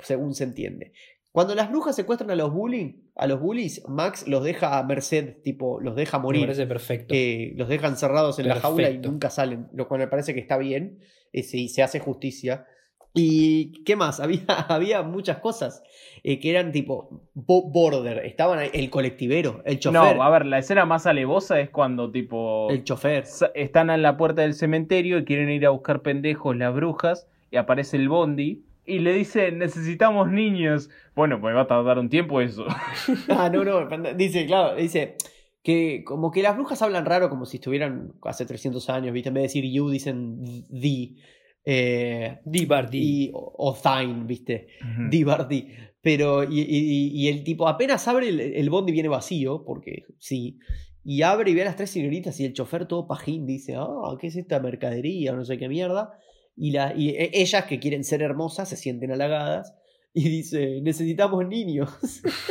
Speaker 1: según se entiende. Cuando las brujas secuestran a los bullies, a los bullies, Max los deja a merced, tipo, los deja
Speaker 3: Me
Speaker 1: morir.
Speaker 3: parece perfecto.
Speaker 1: Eh, los deja encerrados en la jaula y
Speaker 3: Perfecto.
Speaker 1: nunca salen, lo cual me parece que está bien, eh, sí, se hace justicia. ¿Y qué más? [LAUGHS] Había, había muchas cosas eh, que eran tipo bo- border, estaban ahí, el colectivero, el chofer,
Speaker 2: No, a ver, la escena más alevosa es cuando tipo
Speaker 1: el chofer.
Speaker 2: sa- están en la puerta del cementerio y quieren ir a buscar pendejos las brujas y aparece el Bondi y le dicen necesitamos niños. Bueno, pues va a tardar un tiempo eso.
Speaker 1: [LAUGHS] Ah, no, no. panda- Dice, claro, dice que como que las brujas hablan raro, como si estuvieran hace 300 años, ¿viste? En vez de decir you, dicen the. eh,
Speaker 3: Di Bardi.
Speaker 1: y, o, o thine, ¿viste?
Speaker 3: Mm.
Speaker 1: Di bar di. Pero, y, y- y el tipo apenas abre el, el bondi viene vacío, porque sí. Y abre y ve a las tres señoritas y el chofer todo pajín dice, ah, ¿qué es esta mercadería? No sé qué mierda. Y, la, y e- ellas que quieren ser hermosas se sienten halagadas y dice, necesitamos niños. [LAUGHS]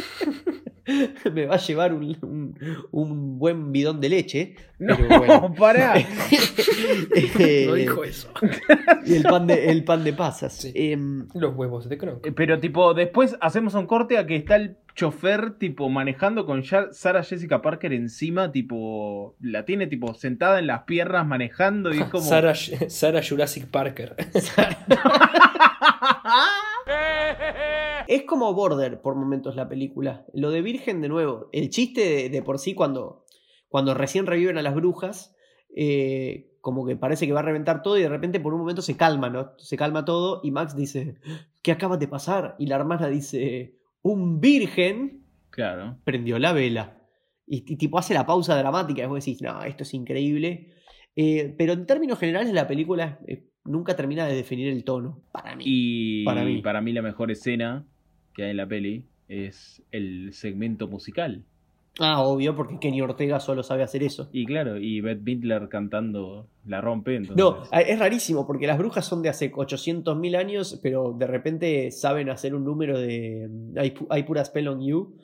Speaker 1: Me va a llevar un, un- un buen bidón de leche.
Speaker 2: [LAUGHS] No,
Speaker 1: Pero
Speaker 3: [LAUGHS]
Speaker 1: bueno. [LAUGHS]
Speaker 2: pará.
Speaker 1: Eh,
Speaker 3: [LAUGHS] No dijo eso. [LAUGHS]
Speaker 1: y el pan de, el pan de pasas.
Speaker 3: Sí.
Speaker 1: Em,
Speaker 3: Los huevos de Kronk.
Speaker 2: Eh, Pero tipo, después hacemos un corte a que está el chofer tipo manejando con ya Sarah Jessica Parker encima, tipo, la tiene tipo sentada en las piernas
Speaker 1: [LAUGHS]
Speaker 2: manejando y es como...
Speaker 3: Sarah, Sarah Jurassic Parker. [LAUGHS]
Speaker 1: Es como border por momentos la película. Lo de Virgen, de nuevo. El chiste de, de por sí, cuando, cuando recién reviven a las brujas, eh, como que parece que va a reventar todo y de repente por un momento se calma, ¿no? Se calma todo y Max dice: ¿Qué acaba de pasar? Y la hermana dice: Un virgen
Speaker 2: Claro.
Speaker 1: prendió la vela. Y, y tipo hace la pausa dramática y vos decís, no, esto es increíble. Eh, pero en términos generales la película eh, nunca termina de definir el tono, para mí.
Speaker 2: Y
Speaker 1: Para
Speaker 2: para
Speaker 1: mí.
Speaker 2: mí. la mejor escena que hay en la peli es el segmento musical.
Speaker 1: Ah, obvio, porque Kenny Ortega solo sabe hacer eso.
Speaker 2: Y claro, y Beth Midler cantando la rompe. Entonces,
Speaker 1: No, a- es rarísimo porque las brujas son de hace 800.000 años, pero de repente saben hacer un número de mm, hay, pu- hay pura spell on you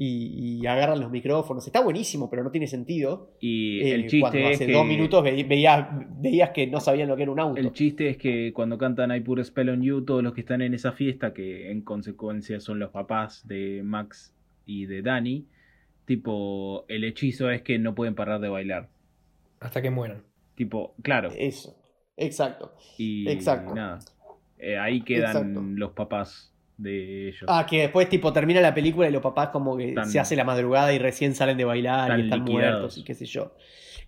Speaker 1: y, y agarran los micrófonos. Está buenísimo, pero no tiene sentido.
Speaker 2: y
Speaker 1: Eh,
Speaker 2: el chiste
Speaker 1: cuando
Speaker 2: es
Speaker 1: hace
Speaker 2: que...
Speaker 1: dos minutos ve- veías, veías que no sabían lo que era un auto.
Speaker 2: El chiste es que cuando cantan I Pure Spell on You, todos los que están en esa fiesta, que en consecuencia son los papás de Max y de Danny, tipo, el hechizo es que no pueden parar de bailar.
Speaker 3: Hasta que mueran.
Speaker 2: Tipo, claro.
Speaker 1: Eso. Exacto.
Speaker 2: Y
Speaker 1: Eh, exacto.
Speaker 2: nada. Eh, ahí quedan
Speaker 1: Exacto.
Speaker 2: los papás de ellos.
Speaker 1: Ah, que después tipo termina la película y los papás como que
Speaker 2: Están-
Speaker 1: se hace la madrugada y recién salen de bailar
Speaker 2: Están
Speaker 1: y están
Speaker 2: liquidados.
Speaker 1: muertos y qué sé yo.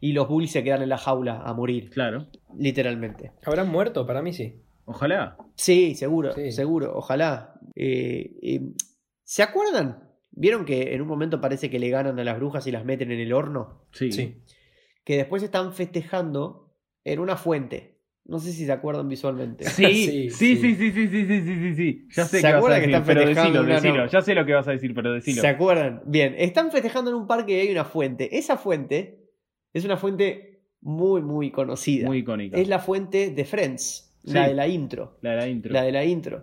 Speaker 1: Y los bullies se quedan en la jaula a morir,
Speaker 2: Claro.
Speaker 1: literalmente.
Speaker 3: ¿Habrán muerto? Para mí sí.
Speaker 2: Ojalá.
Speaker 1: Sí, seguro,
Speaker 3: Sí.
Speaker 1: seguro, ojalá. Eh, eh, ¿Se acuerdan? ¿Vieron que en un momento parece que le ganan a las brujas y las meten en el horno?
Speaker 2: Sí.
Speaker 3: Sí.
Speaker 1: Que después están festejando en una fuente. No sé si se acuerdan visualmente. [LAUGHS]
Speaker 2: Sí, sí,
Speaker 3: Sí,
Speaker 2: sí,
Speaker 3: sí.
Speaker 2: sí, sí, sí, sí, sí, sí. Ya sé
Speaker 1: ¿Se
Speaker 2: qué vas a
Speaker 1: acuerda que
Speaker 2: decir,
Speaker 1: están
Speaker 2: pero
Speaker 1: festejando
Speaker 2: decilo,
Speaker 1: una
Speaker 2: decilo.
Speaker 1: no-
Speaker 2: Ya sé lo que vas a decir, pero decilo.
Speaker 1: ¿Se acuerdan? Bien, están festejando en un parque y hay una fuente. Esa fuente es una fuente muy, muy conocida.
Speaker 2: Muy icónica.
Speaker 1: es la fuente de Friends,
Speaker 2: Sí.
Speaker 1: la de la intro.
Speaker 2: La de la intro.
Speaker 1: La de la intro.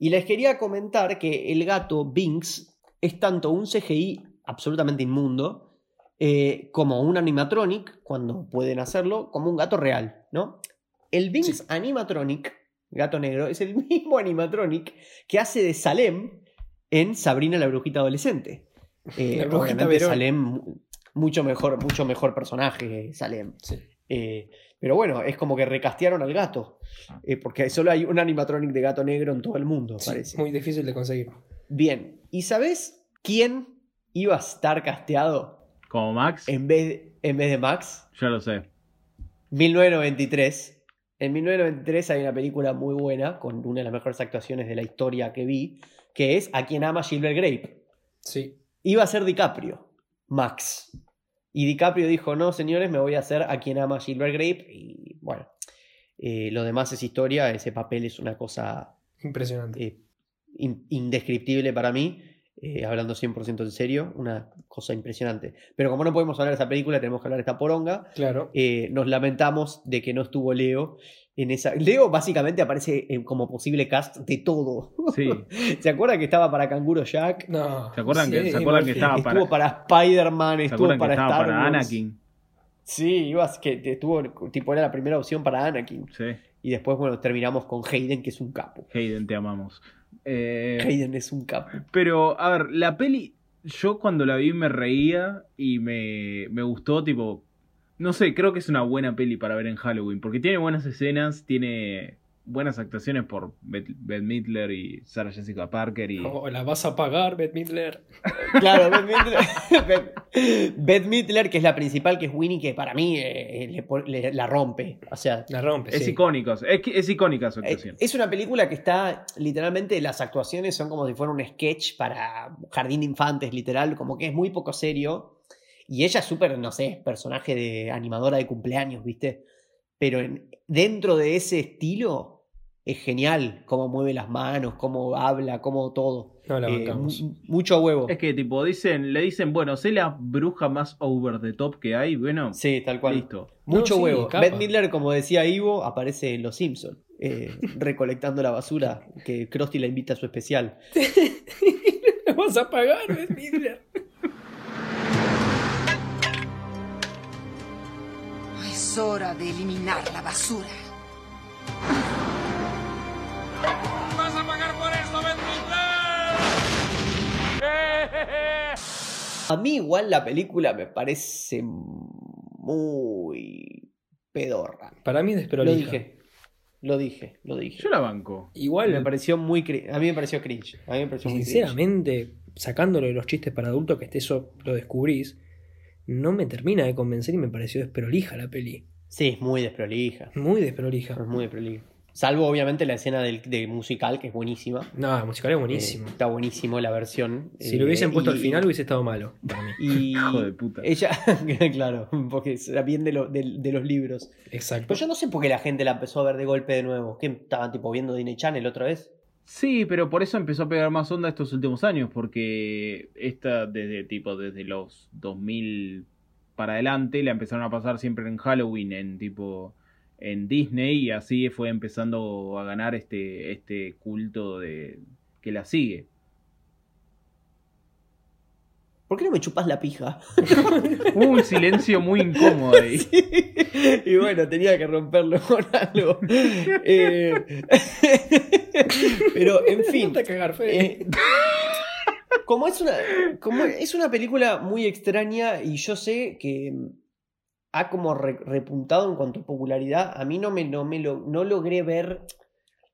Speaker 1: Y les quería comentar que el gato Binks es tanto un CGI absolutamente inmundo eh, como un animatronic, cuando pueden hacerlo, como un gato real, ¿no? El Binks animatronic, gato negro, es el [LAUGHS] mismo animatronic que hace de Salem en Sabrina la brujita adolescente. Eh,
Speaker 3: La brujita
Speaker 1: obviamente
Speaker 3: Verón.
Speaker 1: Salem, mu- mucho mejor, mucho mejor personaje, Salem.
Speaker 3: Sí.
Speaker 1: Eh, pero bueno, es como que recastearon al gato. eh, porque solo hay un animatronic de gato negro en todo el mundo,
Speaker 3: Sí,
Speaker 1: parece.
Speaker 3: Muy difícil de conseguir.
Speaker 1: Bien. ¿Y sabes quién iba a estar casteado
Speaker 2: Como Max,
Speaker 1: en vez de, en vez de Max?
Speaker 2: ya
Speaker 1: [LAUGHS]
Speaker 2: lo sé.
Speaker 1: 1993. En 1993 hay una película muy buena, con una de las mejores actuaciones de la historia que vi, que es A quien ama Gilbert Grape.
Speaker 3: Sí.
Speaker 1: Iba a ser DiCaprio, Max. Y DiCaprio dijo, no, señores, me voy a hacer a quien ama Silver Grape. Y bueno, eh, lo demás es historia, ese papel es una cosa
Speaker 3: Impresionante.
Speaker 1: eh, in- indescriptible para mí, eh, hablando 100% en serio, una cosa impresionante. Pero como no podemos hablar de esa película, tenemos que hablar de esta poronga.
Speaker 3: Claro.
Speaker 1: Eh, nos lamentamos de que no estuvo Leo en esa. Leo básicamente aparece eh, como posible cast de todo. [LAUGHS]
Speaker 2: Sí.
Speaker 1: ¿Se acuerda que estaba para Canguro Jack?
Speaker 3: No.
Speaker 2: ¿Se acuerdan que-
Speaker 3: sí,
Speaker 2: se acuerdan que
Speaker 3: Murphy.
Speaker 2: estaba-
Speaker 1: estuvo para, Spider-Man,
Speaker 2: Ah, ¿Se
Speaker 1: estuvo
Speaker 2: acuerdan
Speaker 1: para
Speaker 2: que estaba
Speaker 1: Star
Speaker 2: para
Speaker 1: Wars.
Speaker 2: Anakin?
Speaker 1: Sí, ibas que te- estuvo tipo era la primera opción para Anakin
Speaker 2: Sí.
Speaker 1: y después bueno, terminamos con Hayden que es un capo.
Speaker 2: Hayden, te amamos. Eh,
Speaker 1: Hayden es un capo.
Speaker 2: Pero, a ver, la peli, yo cuando la vi me reía y me, me gustó, tipo, no sé, creo que es una buena peli para ver en Halloween, porque tiene buenas escenas, tiene buenas actuaciones por Beth, Beth Midler y Sarah Jessica Parker y...
Speaker 3: Oh, la vas a pagar, Beth Midler.
Speaker 1: Claro, Beth [LAUGHS] Midler, Beth- Beth Midler, que es la principal, que es Winnie, que para mí eh, le pon- le- la rompe. O sea,
Speaker 3: La rompe.
Speaker 2: es
Speaker 3: sí.
Speaker 2: icónico, es, que- es icónica su
Speaker 1: Eh,
Speaker 2: actuación.
Speaker 1: Es una película que está, literalmente, las actuaciones son como si fuera un sketch para Jardín de Infantes, literal, como que es muy poco serio. Y ella es súper, no sé, personaje de animadora de cumpleaños, ¿viste? Pero en- dentro de ese estilo es genial cómo mueve las manos, cómo habla, cómo todo.
Speaker 3: No la
Speaker 1: Eh,
Speaker 3: bancamos.
Speaker 1: mu- mucho huevo.
Speaker 2: Es que, tipo, dicen, le dicen, bueno, sé la bruja más over the top que hay, bueno,
Speaker 1: Sí, tal cual.
Speaker 2: listo.
Speaker 1: Mucho
Speaker 3: No, sí,
Speaker 1: huevo.
Speaker 3: capa.
Speaker 1: Beth Midler, como decía Ivo, aparece en Los Simpsons,
Speaker 3: [LAUGHS]
Speaker 1: recolectando la basura que Krusty la invita a su especial.
Speaker 3: [LAUGHS] La vas a pagar, Beth Midler.
Speaker 5: Es hora de eliminar la basura.
Speaker 8: ¡Vas a pagar por esto, Ben Midler!
Speaker 1: A mí igual la película me parece muy pedorra.
Speaker 3: Para mí es
Speaker 1: Lo
Speaker 3: desprolija.
Speaker 1: dije. Lo dije, lo dije.
Speaker 2: Yo la banco.
Speaker 3: Igual,
Speaker 1: Me pareció muy cri- a mí me pareció cringe. A mí me pareció muy cringe.
Speaker 3: sinceramente, sacándolo de los chistes para adultos, que este eso lo descubrís, no me termina de convencer y me pareció desprolija la peli.
Speaker 1: Sí, es muy desprolija.
Speaker 3: Muy
Speaker 1: Es
Speaker 3: desprolija.
Speaker 1: muy desprolija. Salvo obviamente la escena del, del musical, que es buenísima.
Speaker 3: No, el musical es buenísimo.
Speaker 1: Eh, está buenísimo la versión.
Speaker 3: si lo hubiesen
Speaker 1: Eh,
Speaker 3: puesto al
Speaker 1: y-
Speaker 3: final hubiese estado malo para
Speaker 1: [LAUGHS]
Speaker 3: mí.
Speaker 1: Y
Speaker 2: Hijo de puta.
Speaker 1: ella, [LAUGHS] claro, porque es bien de, lo- de- de los libros.
Speaker 3: Exacto.
Speaker 1: Pero yo no sé por qué la gente la empezó a ver de golpe de nuevo. Que estaban tipo viendo Disney Channel otra vez.
Speaker 2: Sí, pero por eso empezó a pegar más onda estos últimos años, porque esta desde tipo desde los 2000 para adelante la empezaron a pasar siempre en Halloween en tipo en Disney y así fue empezando a ganar este este culto de que la sigue.
Speaker 1: ¿Por qué no me chupas la pija?
Speaker 2: Hubo un silencio muy incómodo
Speaker 1: [LAUGHS]
Speaker 2: ahí.
Speaker 1: y bueno, tenía que romperlo con algo. Eh, pero,
Speaker 3: [LAUGHS]
Speaker 1: en fin.
Speaker 3: Ponte a cagar, Fede.
Speaker 1: eh, como, es una, como es una película muy extraña y yo sé que mm, ha como re- repuntado en cuanto a popularidad. A mí no me, no me lo, no logré ver.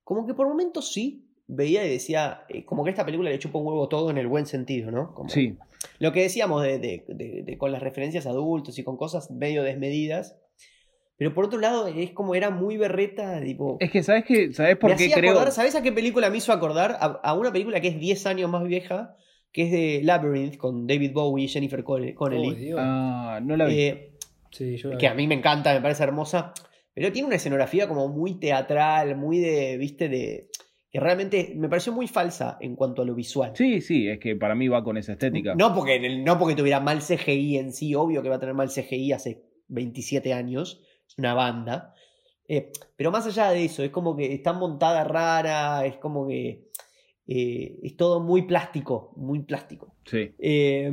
Speaker 1: Como que por momentos sí veía y decía, eh, como que esta película le chupa un huevo todo en el buen sentido, ¿no? Como
Speaker 2: Sí,
Speaker 1: Lo que decíamos de, de- de- de- con las referencias a adultos y con cosas medio desmedidas. Pero por otro lado, es como era muy berreta, tipo.
Speaker 2: es que sabes que sabes por
Speaker 1: me
Speaker 2: qué
Speaker 1: hacía
Speaker 2: creo.
Speaker 1: acordar, ¿sabes a qué película me hizo acordar? A, a una película que es 10 años más vieja, que es de Labyrinth, con David Bowie y Jennifer Con- Connelly.
Speaker 3: Oh, Dios.
Speaker 2: Ah, no la vi.
Speaker 1: Eh,
Speaker 3: sí, yo la
Speaker 1: que
Speaker 3: vi.
Speaker 1: a mí me encanta, me parece hermosa, pero tiene una escenografía como muy teatral, muy de, viste, de... que realmente me pareció muy falsa en cuanto a lo visual.
Speaker 2: Sí, sí, es que para mí va con esa estética.
Speaker 1: No porque, en el- no porque tuviera mal CGI en sí, obvio que va a tener mal CGI hace 27 años, es una banda. Eh, pero más allá de eso, es como que está montada rara, es como que eh, es todo muy plástico, muy plástico.
Speaker 2: Sí.
Speaker 1: Eh,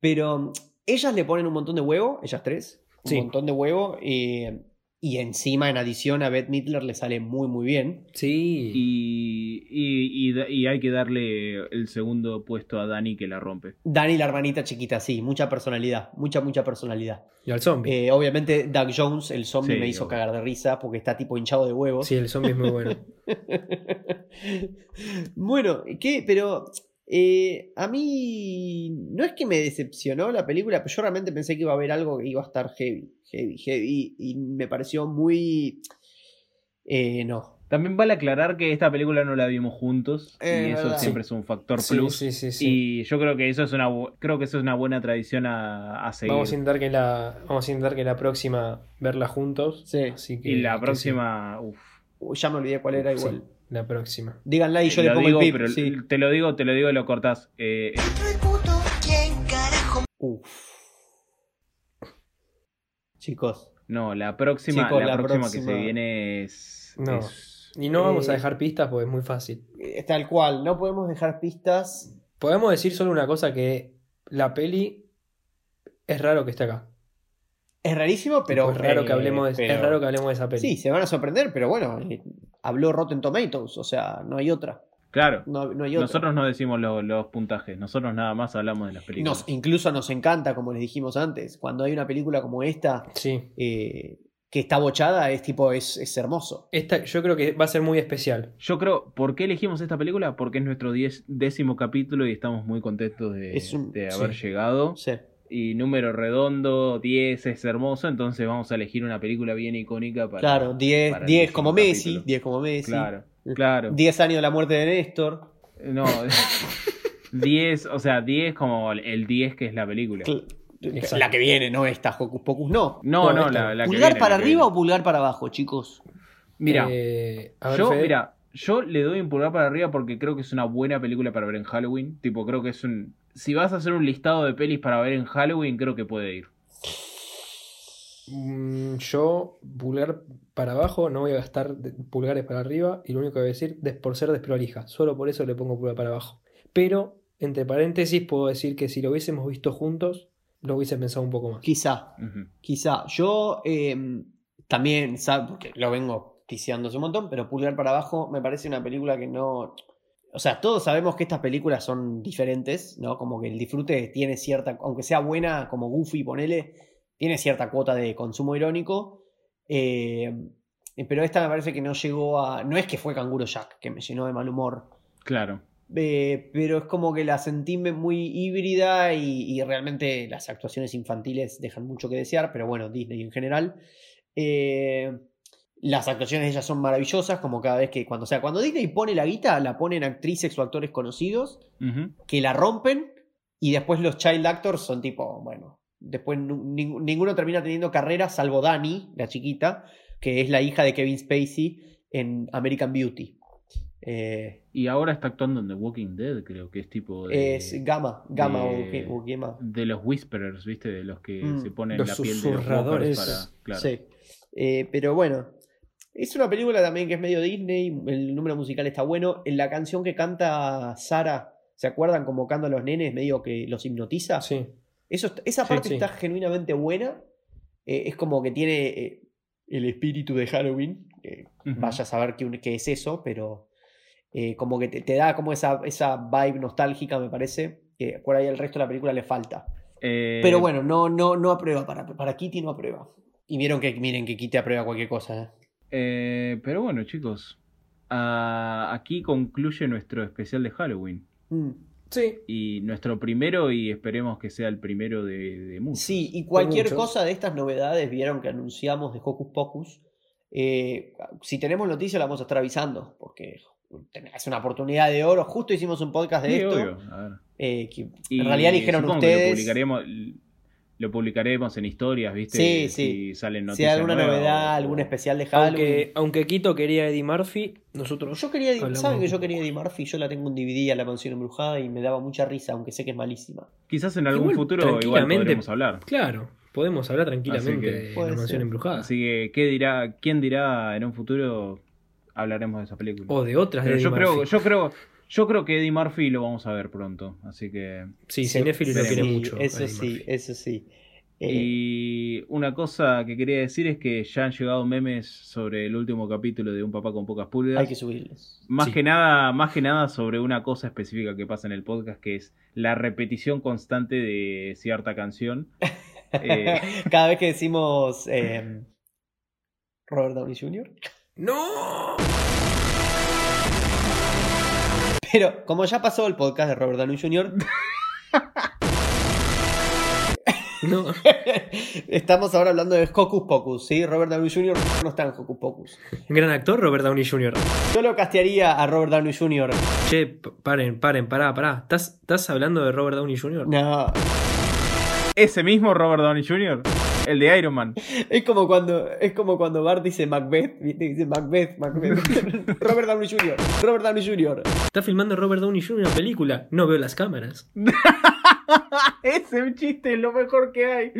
Speaker 1: pero mm, ellas le ponen un montón de huevo, ellas tres, un
Speaker 3: Sí.
Speaker 1: montón de huevo. eh, y encima, en adición, a Beth Midler le sale muy, muy bien.
Speaker 3: Sí.
Speaker 2: Y, y, y da- y hay que darle el segundo puesto a Dani que la rompe.
Speaker 1: Dani, la hermanita chiquita, sí, mucha personalidad, mucha, mucha personalidad.
Speaker 3: Y al zombie.
Speaker 1: Eh, obviamente, Doug Jones, el zombie,
Speaker 2: Sí,
Speaker 1: me hizo
Speaker 2: obvio.
Speaker 1: cagar de risa porque está tipo hinchado de huevos.
Speaker 3: sí, el zombie es muy bueno.
Speaker 1: [LAUGHS] bueno, ¿qué? Pero eh, a mí no es que me decepcionó la película, pero yo realmente pensé que iba a haber algo que iba a estar heavy, heavy, heavy, y me pareció muy... eh, no.
Speaker 2: También vale aclarar que esta película no la vimos juntos
Speaker 1: Eh,
Speaker 2: y eso
Speaker 1: verdad.
Speaker 2: siempre es un factor
Speaker 3: Sí,
Speaker 2: plus.
Speaker 3: sí, sí, sí.
Speaker 2: Y yo creo que eso es una bu- creo que eso es una buena tradición a, a seguir.
Speaker 3: Vamos a intentar que la, vamos a intentar que la próxima verla juntos.
Speaker 1: Sí.
Speaker 3: Así que,
Speaker 2: y la
Speaker 3: que
Speaker 2: próxima, uf,
Speaker 1: Uy, Ya me olvidé cuál era
Speaker 3: sí.
Speaker 1: igual.
Speaker 3: Sí, la próxima.
Speaker 1: Díganla y yo
Speaker 2: lo
Speaker 1: le pongo
Speaker 2: Eh, digo,
Speaker 1: el pip.
Speaker 2: pero
Speaker 1: sí.
Speaker 2: te lo digo, te lo digo y lo cortás. Eh,
Speaker 5: Dentro el puto, ¿quién carajo?
Speaker 1: Uf. Chicos,
Speaker 2: no, la próxima,
Speaker 1: Chicos,
Speaker 2: la,
Speaker 1: la
Speaker 2: próxima, que
Speaker 1: próxima-
Speaker 2: se viene es,
Speaker 3: No.
Speaker 2: es-
Speaker 3: Y no vamos
Speaker 1: Eh,
Speaker 3: a dejar pistas porque es muy fácil.
Speaker 1: eh, tal cual, no podemos dejar pistas.
Speaker 3: Podemos decir solo una cosa que la peli es raro que esté acá.
Speaker 1: Es rarísimo, pero...
Speaker 2: pues
Speaker 3: Tipo, es raro que
Speaker 1: eh,
Speaker 3: hablemos de, es
Speaker 1: pero-
Speaker 3: raro que hablemos de esa peli.
Speaker 1: Sí, se van a sorprender, pero bueno, eh, habló Rotten Tomatoes, o sea, no hay otra.
Speaker 2: Claro.
Speaker 1: No, no hay otra.
Speaker 2: Nosotros no decimos lo- los puntajes, nosotros nada más hablamos de las películas.
Speaker 1: Nos- incluso nos encanta, como les dijimos antes, cuando hay una película como esta
Speaker 3: Sí.
Speaker 1: eh, que está bochada, es tipo, es, es hermoso.
Speaker 3: Esta yo creo que va a ser muy especial.
Speaker 2: Yo creo, ¿por qué elegimos esta película? Porque es nuestro diez- décimo capítulo y estamos muy contentos de,
Speaker 1: Es un-
Speaker 2: de haber
Speaker 3: sí.
Speaker 2: llegado.
Speaker 1: Sí.
Speaker 2: Y número redondo, 10 es hermoso, entonces vamos a elegir una película bien icónica para...
Speaker 1: claro, 10
Speaker 2: para el
Speaker 1: 10 como
Speaker 2: décimo
Speaker 1: Messi,
Speaker 2: capítulo.
Speaker 1: 10 como Messi,
Speaker 2: Claro, claro.
Speaker 1: 10 años de la muerte de Néstor.
Speaker 2: No, [LAUGHS] 10, o sea, 10 como el 10 que es la película.
Speaker 1: Cl-
Speaker 3: Exacto.
Speaker 1: La que viene, no esta, Hocus Pocus, no.
Speaker 2: No,
Speaker 3: No,
Speaker 2: no,
Speaker 3: esta.
Speaker 2: la, la que
Speaker 1: ¿Pulgar
Speaker 2: viene,
Speaker 1: para
Speaker 2: la que
Speaker 1: arriba o
Speaker 2: viene.
Speaker 1: pulgar para abajo, chicos?
Speaker 2: Mira,
Speaker 3: Eh, a ver,
Speaker 2: yo,
Speaker 3: Fede.
Speaker 2: mira, yo le doy un pulgar para arriba porque creo que es una buena película para ver en Halloween. Tipo, creo que es un... Si vas a hacer un listado de pelis para ver en Halloween, creo que puede ir.
Speaker 3: Mm, Yo, pulgar para abajo, no voy a gastar de- pulgares para arriba y lo único que voy a decir es por ser desprolija. Solo por eso le pongo pulgar para abajo. Pero, entre paréntesis, puedo decir que si lo hubiésemos visto juntos, lo hubiese pensado un poco más.
Speaker 1: Quizá,
Speaker 2: Ujú.
Speaker 1: quizá. Yo eh, también, ¿sabes? Porque lo vengo tiseando hace un montón, pero pulgar para abajo me parece una película que no. O sea, todos sabemos que estas películas son diferentes, ¿no? Como que el disfrute tiene cierta, aunque sea buena, como Goofy, ponele, tiene cierta cuota de consumo irónico. eh, pero esta me parece que no llegó a. No es que fue Canguro Jack, que me llenó de mal humor.
Speaker 2: Claro.
Speaker 1: Eh, pero es como que la sentí me- muy híbrida y, y realmente las actuaciones infantiles dejan mucho que desear, pero bueno, Disney en general. Eh, las actuaciones de ellas son maravillosas, como cada vez que cuando, o sea, cuando Disney pone la guita, la ponen actrices o actores conocidos
Speaker 2: Ujú.
Speaker 1: que la rompen y después los child actors son tipo, bueno, después nu- ning- ninguno termina teniendo carrera salvo Dani, la chiquita, que es la hija de Kevin Spacey en American Beauty. Eh,
Speaker 2: Y ahora está actuando en The Walking Dead, creo que es tipo de,
Speaker 1: Es Gama, Gama o
Speaker 2: de-
Speaker 1: Ge- o Gema.
Speaker 2: de los Whisperers, ¿viste? De los que
Speaker 1: Mm,
Speaker 2: se ponen
Speaker 3: los
Speaker 2: la piel de los
Speaker 3: susurradores.
Speaker 2: walkers para. Claro.
Speaker 1: Sí. Eh, pero bueno, es una película también que es medio Disney, el número musical está bueno. En la canción que canta Sara, ¿se acuerdan convocando a los nenes, medio que los hipnotiza?
Speaker 3: Sí.
Speaker 1: Eso, est- esa
Speaker 3: Sí,
Speaker 1: parte
Speaker 3: sí.
Speaker 1: está genuinamente buena. Eh, es como que tiene eh, el espíritu de Halloween. eh,
Speaker 2: Ujú.
Speaker 1: vaya a saber qué, qué es eso, pero eh, como que te, te da como esa, esa vibe nostálgica, me parece, que por ahí el resto de la película le falta.
Speaker 2: Eh,
Speaker 1: Pero bueno, no, no, no aprueba para, para para Kitty no aprueba. Y vieron que, miren, que Kitty aprueba cualquier cosa. ¿eh?
Speaker 2: Eh, pero bueno, chicos. ah, aquí concluye nuestro especial de Halloween.
Speaker 1: Mm.
Speaker 3: Sí.
Speaker 2: Y nuestro primero, y esperemos que sea el primero de, de muchos.
Speaker 1: Sí, y cualquier
Speaker 3: muchos.
Speaker 1: cosa de estas novedades, vieron que anunciamos de Hocus Pocus. eh, si tenemos noticias, la vamos a estar avisando, porque ten- es una oportunidad de oro. Justo hicimos un podcast de
Speaker 2: Sí,
Speaker 1: esto.
Speaker 2: obvio, a ver.
Speaker 1: eh, que
Speaker 2: Y
Speaker 1: en realidad dijeron
Speaker 2: supongo que
Speaker 1: ustedes.
Speaker 2: lo, publicaremos, lo publicaremos en historias, ¿viste?
Speaker 1: Sí, sí.
Speaker 2: Si salen
Speaker 1: si hay
Speaker 2: noticias.
Speaker 1: alguna
Speaker 2: nuevas
Speaker 1: novedad,
Speaker 2: o-
Speaker 1: algún especial de Halloween.
Speaker 3: Aunque, aunque Quito quería a Eddie Murphy, nosotros.
Speaker 1: Yo quería, Eddie-
Speaker 3: Hablamos
Speaker 1: ¿saben que
Speaker 3: un
Speaker 1: yo
Speaker 3: poco.
Speaker 1: quería Eddie Murphy? Yo la tengo en DVD a la mansión embrujada y me daba mucha risa, aunque sé que es malísima.
Speaker 2: Quizás en algún
Speaker 3: Igual,
Speaker 2: futuro igual
Speaker 3: tranquilamente.
Speaker 2: podremos hablar.
Speaker 3: Claro, podemos hablar tranquilamente
Speaker 2: que-
Speaker 3: de
Speaker 1: Puede
Speaker 3: la mansión
Speaker 1: ser.
Speaker 3: embrujada.
Speaker 2: Así que, ¿qué dirá, ¿quién dirá en un futuro hablaremos de esa película?
Speaker 3: O de otras
Speaker 2: Pero
Speaker 3: de
Speaker 2: yo
Speaker 3: Eddie
Speaker 2: creo,
Speaker 3: Murphy.
Speaker 2: yo creo, yo creo que Eddie Murphy lo vamos a ver pronto. Así que.
Speaker 3: Sí, Cinefil lo
Speaker 2: veremos.
Speaker 3: quiere
Speaker 1: Sí,
Speaker 3: mucho. a
Speaker 1: Eso
Speaker 3: Eddie
Speaker 1: sí,
Speaker 3: Murphy.
Speaker 1: eso sí. Eh,
Speaker 2: Y una cosa que quería decir es que ya han llegado memes sobre el último capítulo de Un Papá con Pocas Pulgas.
Speaker 1: hay que subirlos.
Speaker 2: Más
Speaker 3: Sí.
Speaker 2: que nada, más que nada sobre una cosa específica que pasa en el podcast, que es la repetición constante de cierta canción. Eh,
Speaker 1: [LAUGHS] Cada vez que decimos eh, Robert Downey Jr.
Speaker 3: ¡No!
Speaker 1: Pero como ya pasó el podcast de Robert Downey Jr.,
Speaker 3: No.
Speaker 1: [LAUGHS]
Speaker 3: [LAUGHS]
Speaker 1: estamos ahora hablando de Hocus Pocus, ¿sí? Robert Downey Jr. no está en Hocus Pocus.
Speaker 3: Gran actor, Robert Downey Jr.
Speaker 1: Yo lo castearía a Robert Downey Jr.
Speaker 3: Che, p- paren, paren, pará, pará. ¿Estás, estás hablando de Robert Downey Jr.?
Speaker 1: No,
Speaker 2: ese mismo Robert Downey Jr., el de Iron Man.
Speaker 1: es como cuando es como cuando Bart dice Macbeth, ¿viste? dice Macbeth, Macbeth. [LAUGHS] Robert Downey Jr. Robert Downey Jr.
Speaker 3: Está filmando Robert Downey Jr. una película. No veo las cámaras.
Speaker 1: Eh,
Speaker 2: Ese chiste es lo mejor que hay.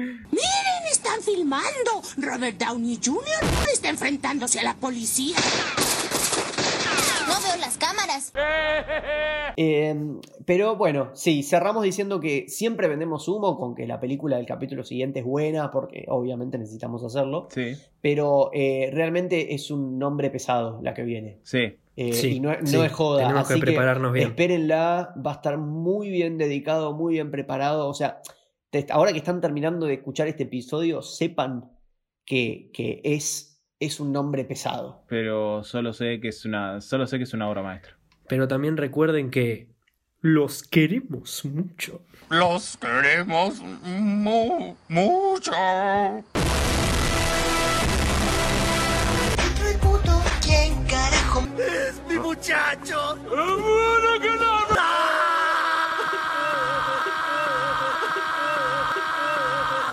Speaker 9: ¡Están filmando! Robert Downey Jr. está enfrentándose a la policía.
Speaker 10: No veo las cámaras.
Speaker 1: Eh, pero bueno, sí, cerramos diciendo que siempre vendemos humo con que la película del capítulo siguiente es buena, porque obviamente necesitamos hacerlo,
Speaker 2: Sí,
Speaker 1: pero eh, realmente es un nombre pesado la que viene.
Speaker 2: sí.
Speaker 1: Eh,
Speaker 3: Sí,
Speaker 1: y no, no
Speaker 3: sí,
Speaker 1: es joda.
Speaker 3: tenemos que
Speaker 1: así
Speaker 3: prepararnos bien.
Speaker 1: Espérenla, va a estar muy bien dedicado, muy bien preparado. O sea, te- ahora que están terminando de escuchar este episodio, sepan que, que es, es un nombre pesado.
Speaker 2: Pero solo sé que es una, solo sé que es una obra maestra.
Speaker 3: Pero también recuerden que los queremos mucho.
Speaker 4: Los queremos mu- mucho.
Speaker 5: Dentro el puto, ¿quién carajo?
Speaker 4: ¡Mi muchacho!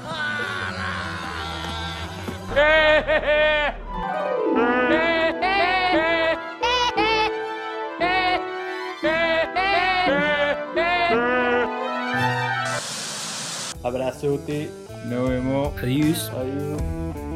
Speaker 1: Abrazote.
Speaker 2: Nos vemos.
Speaker 3: Adiós.
Speaker 1: Adiós.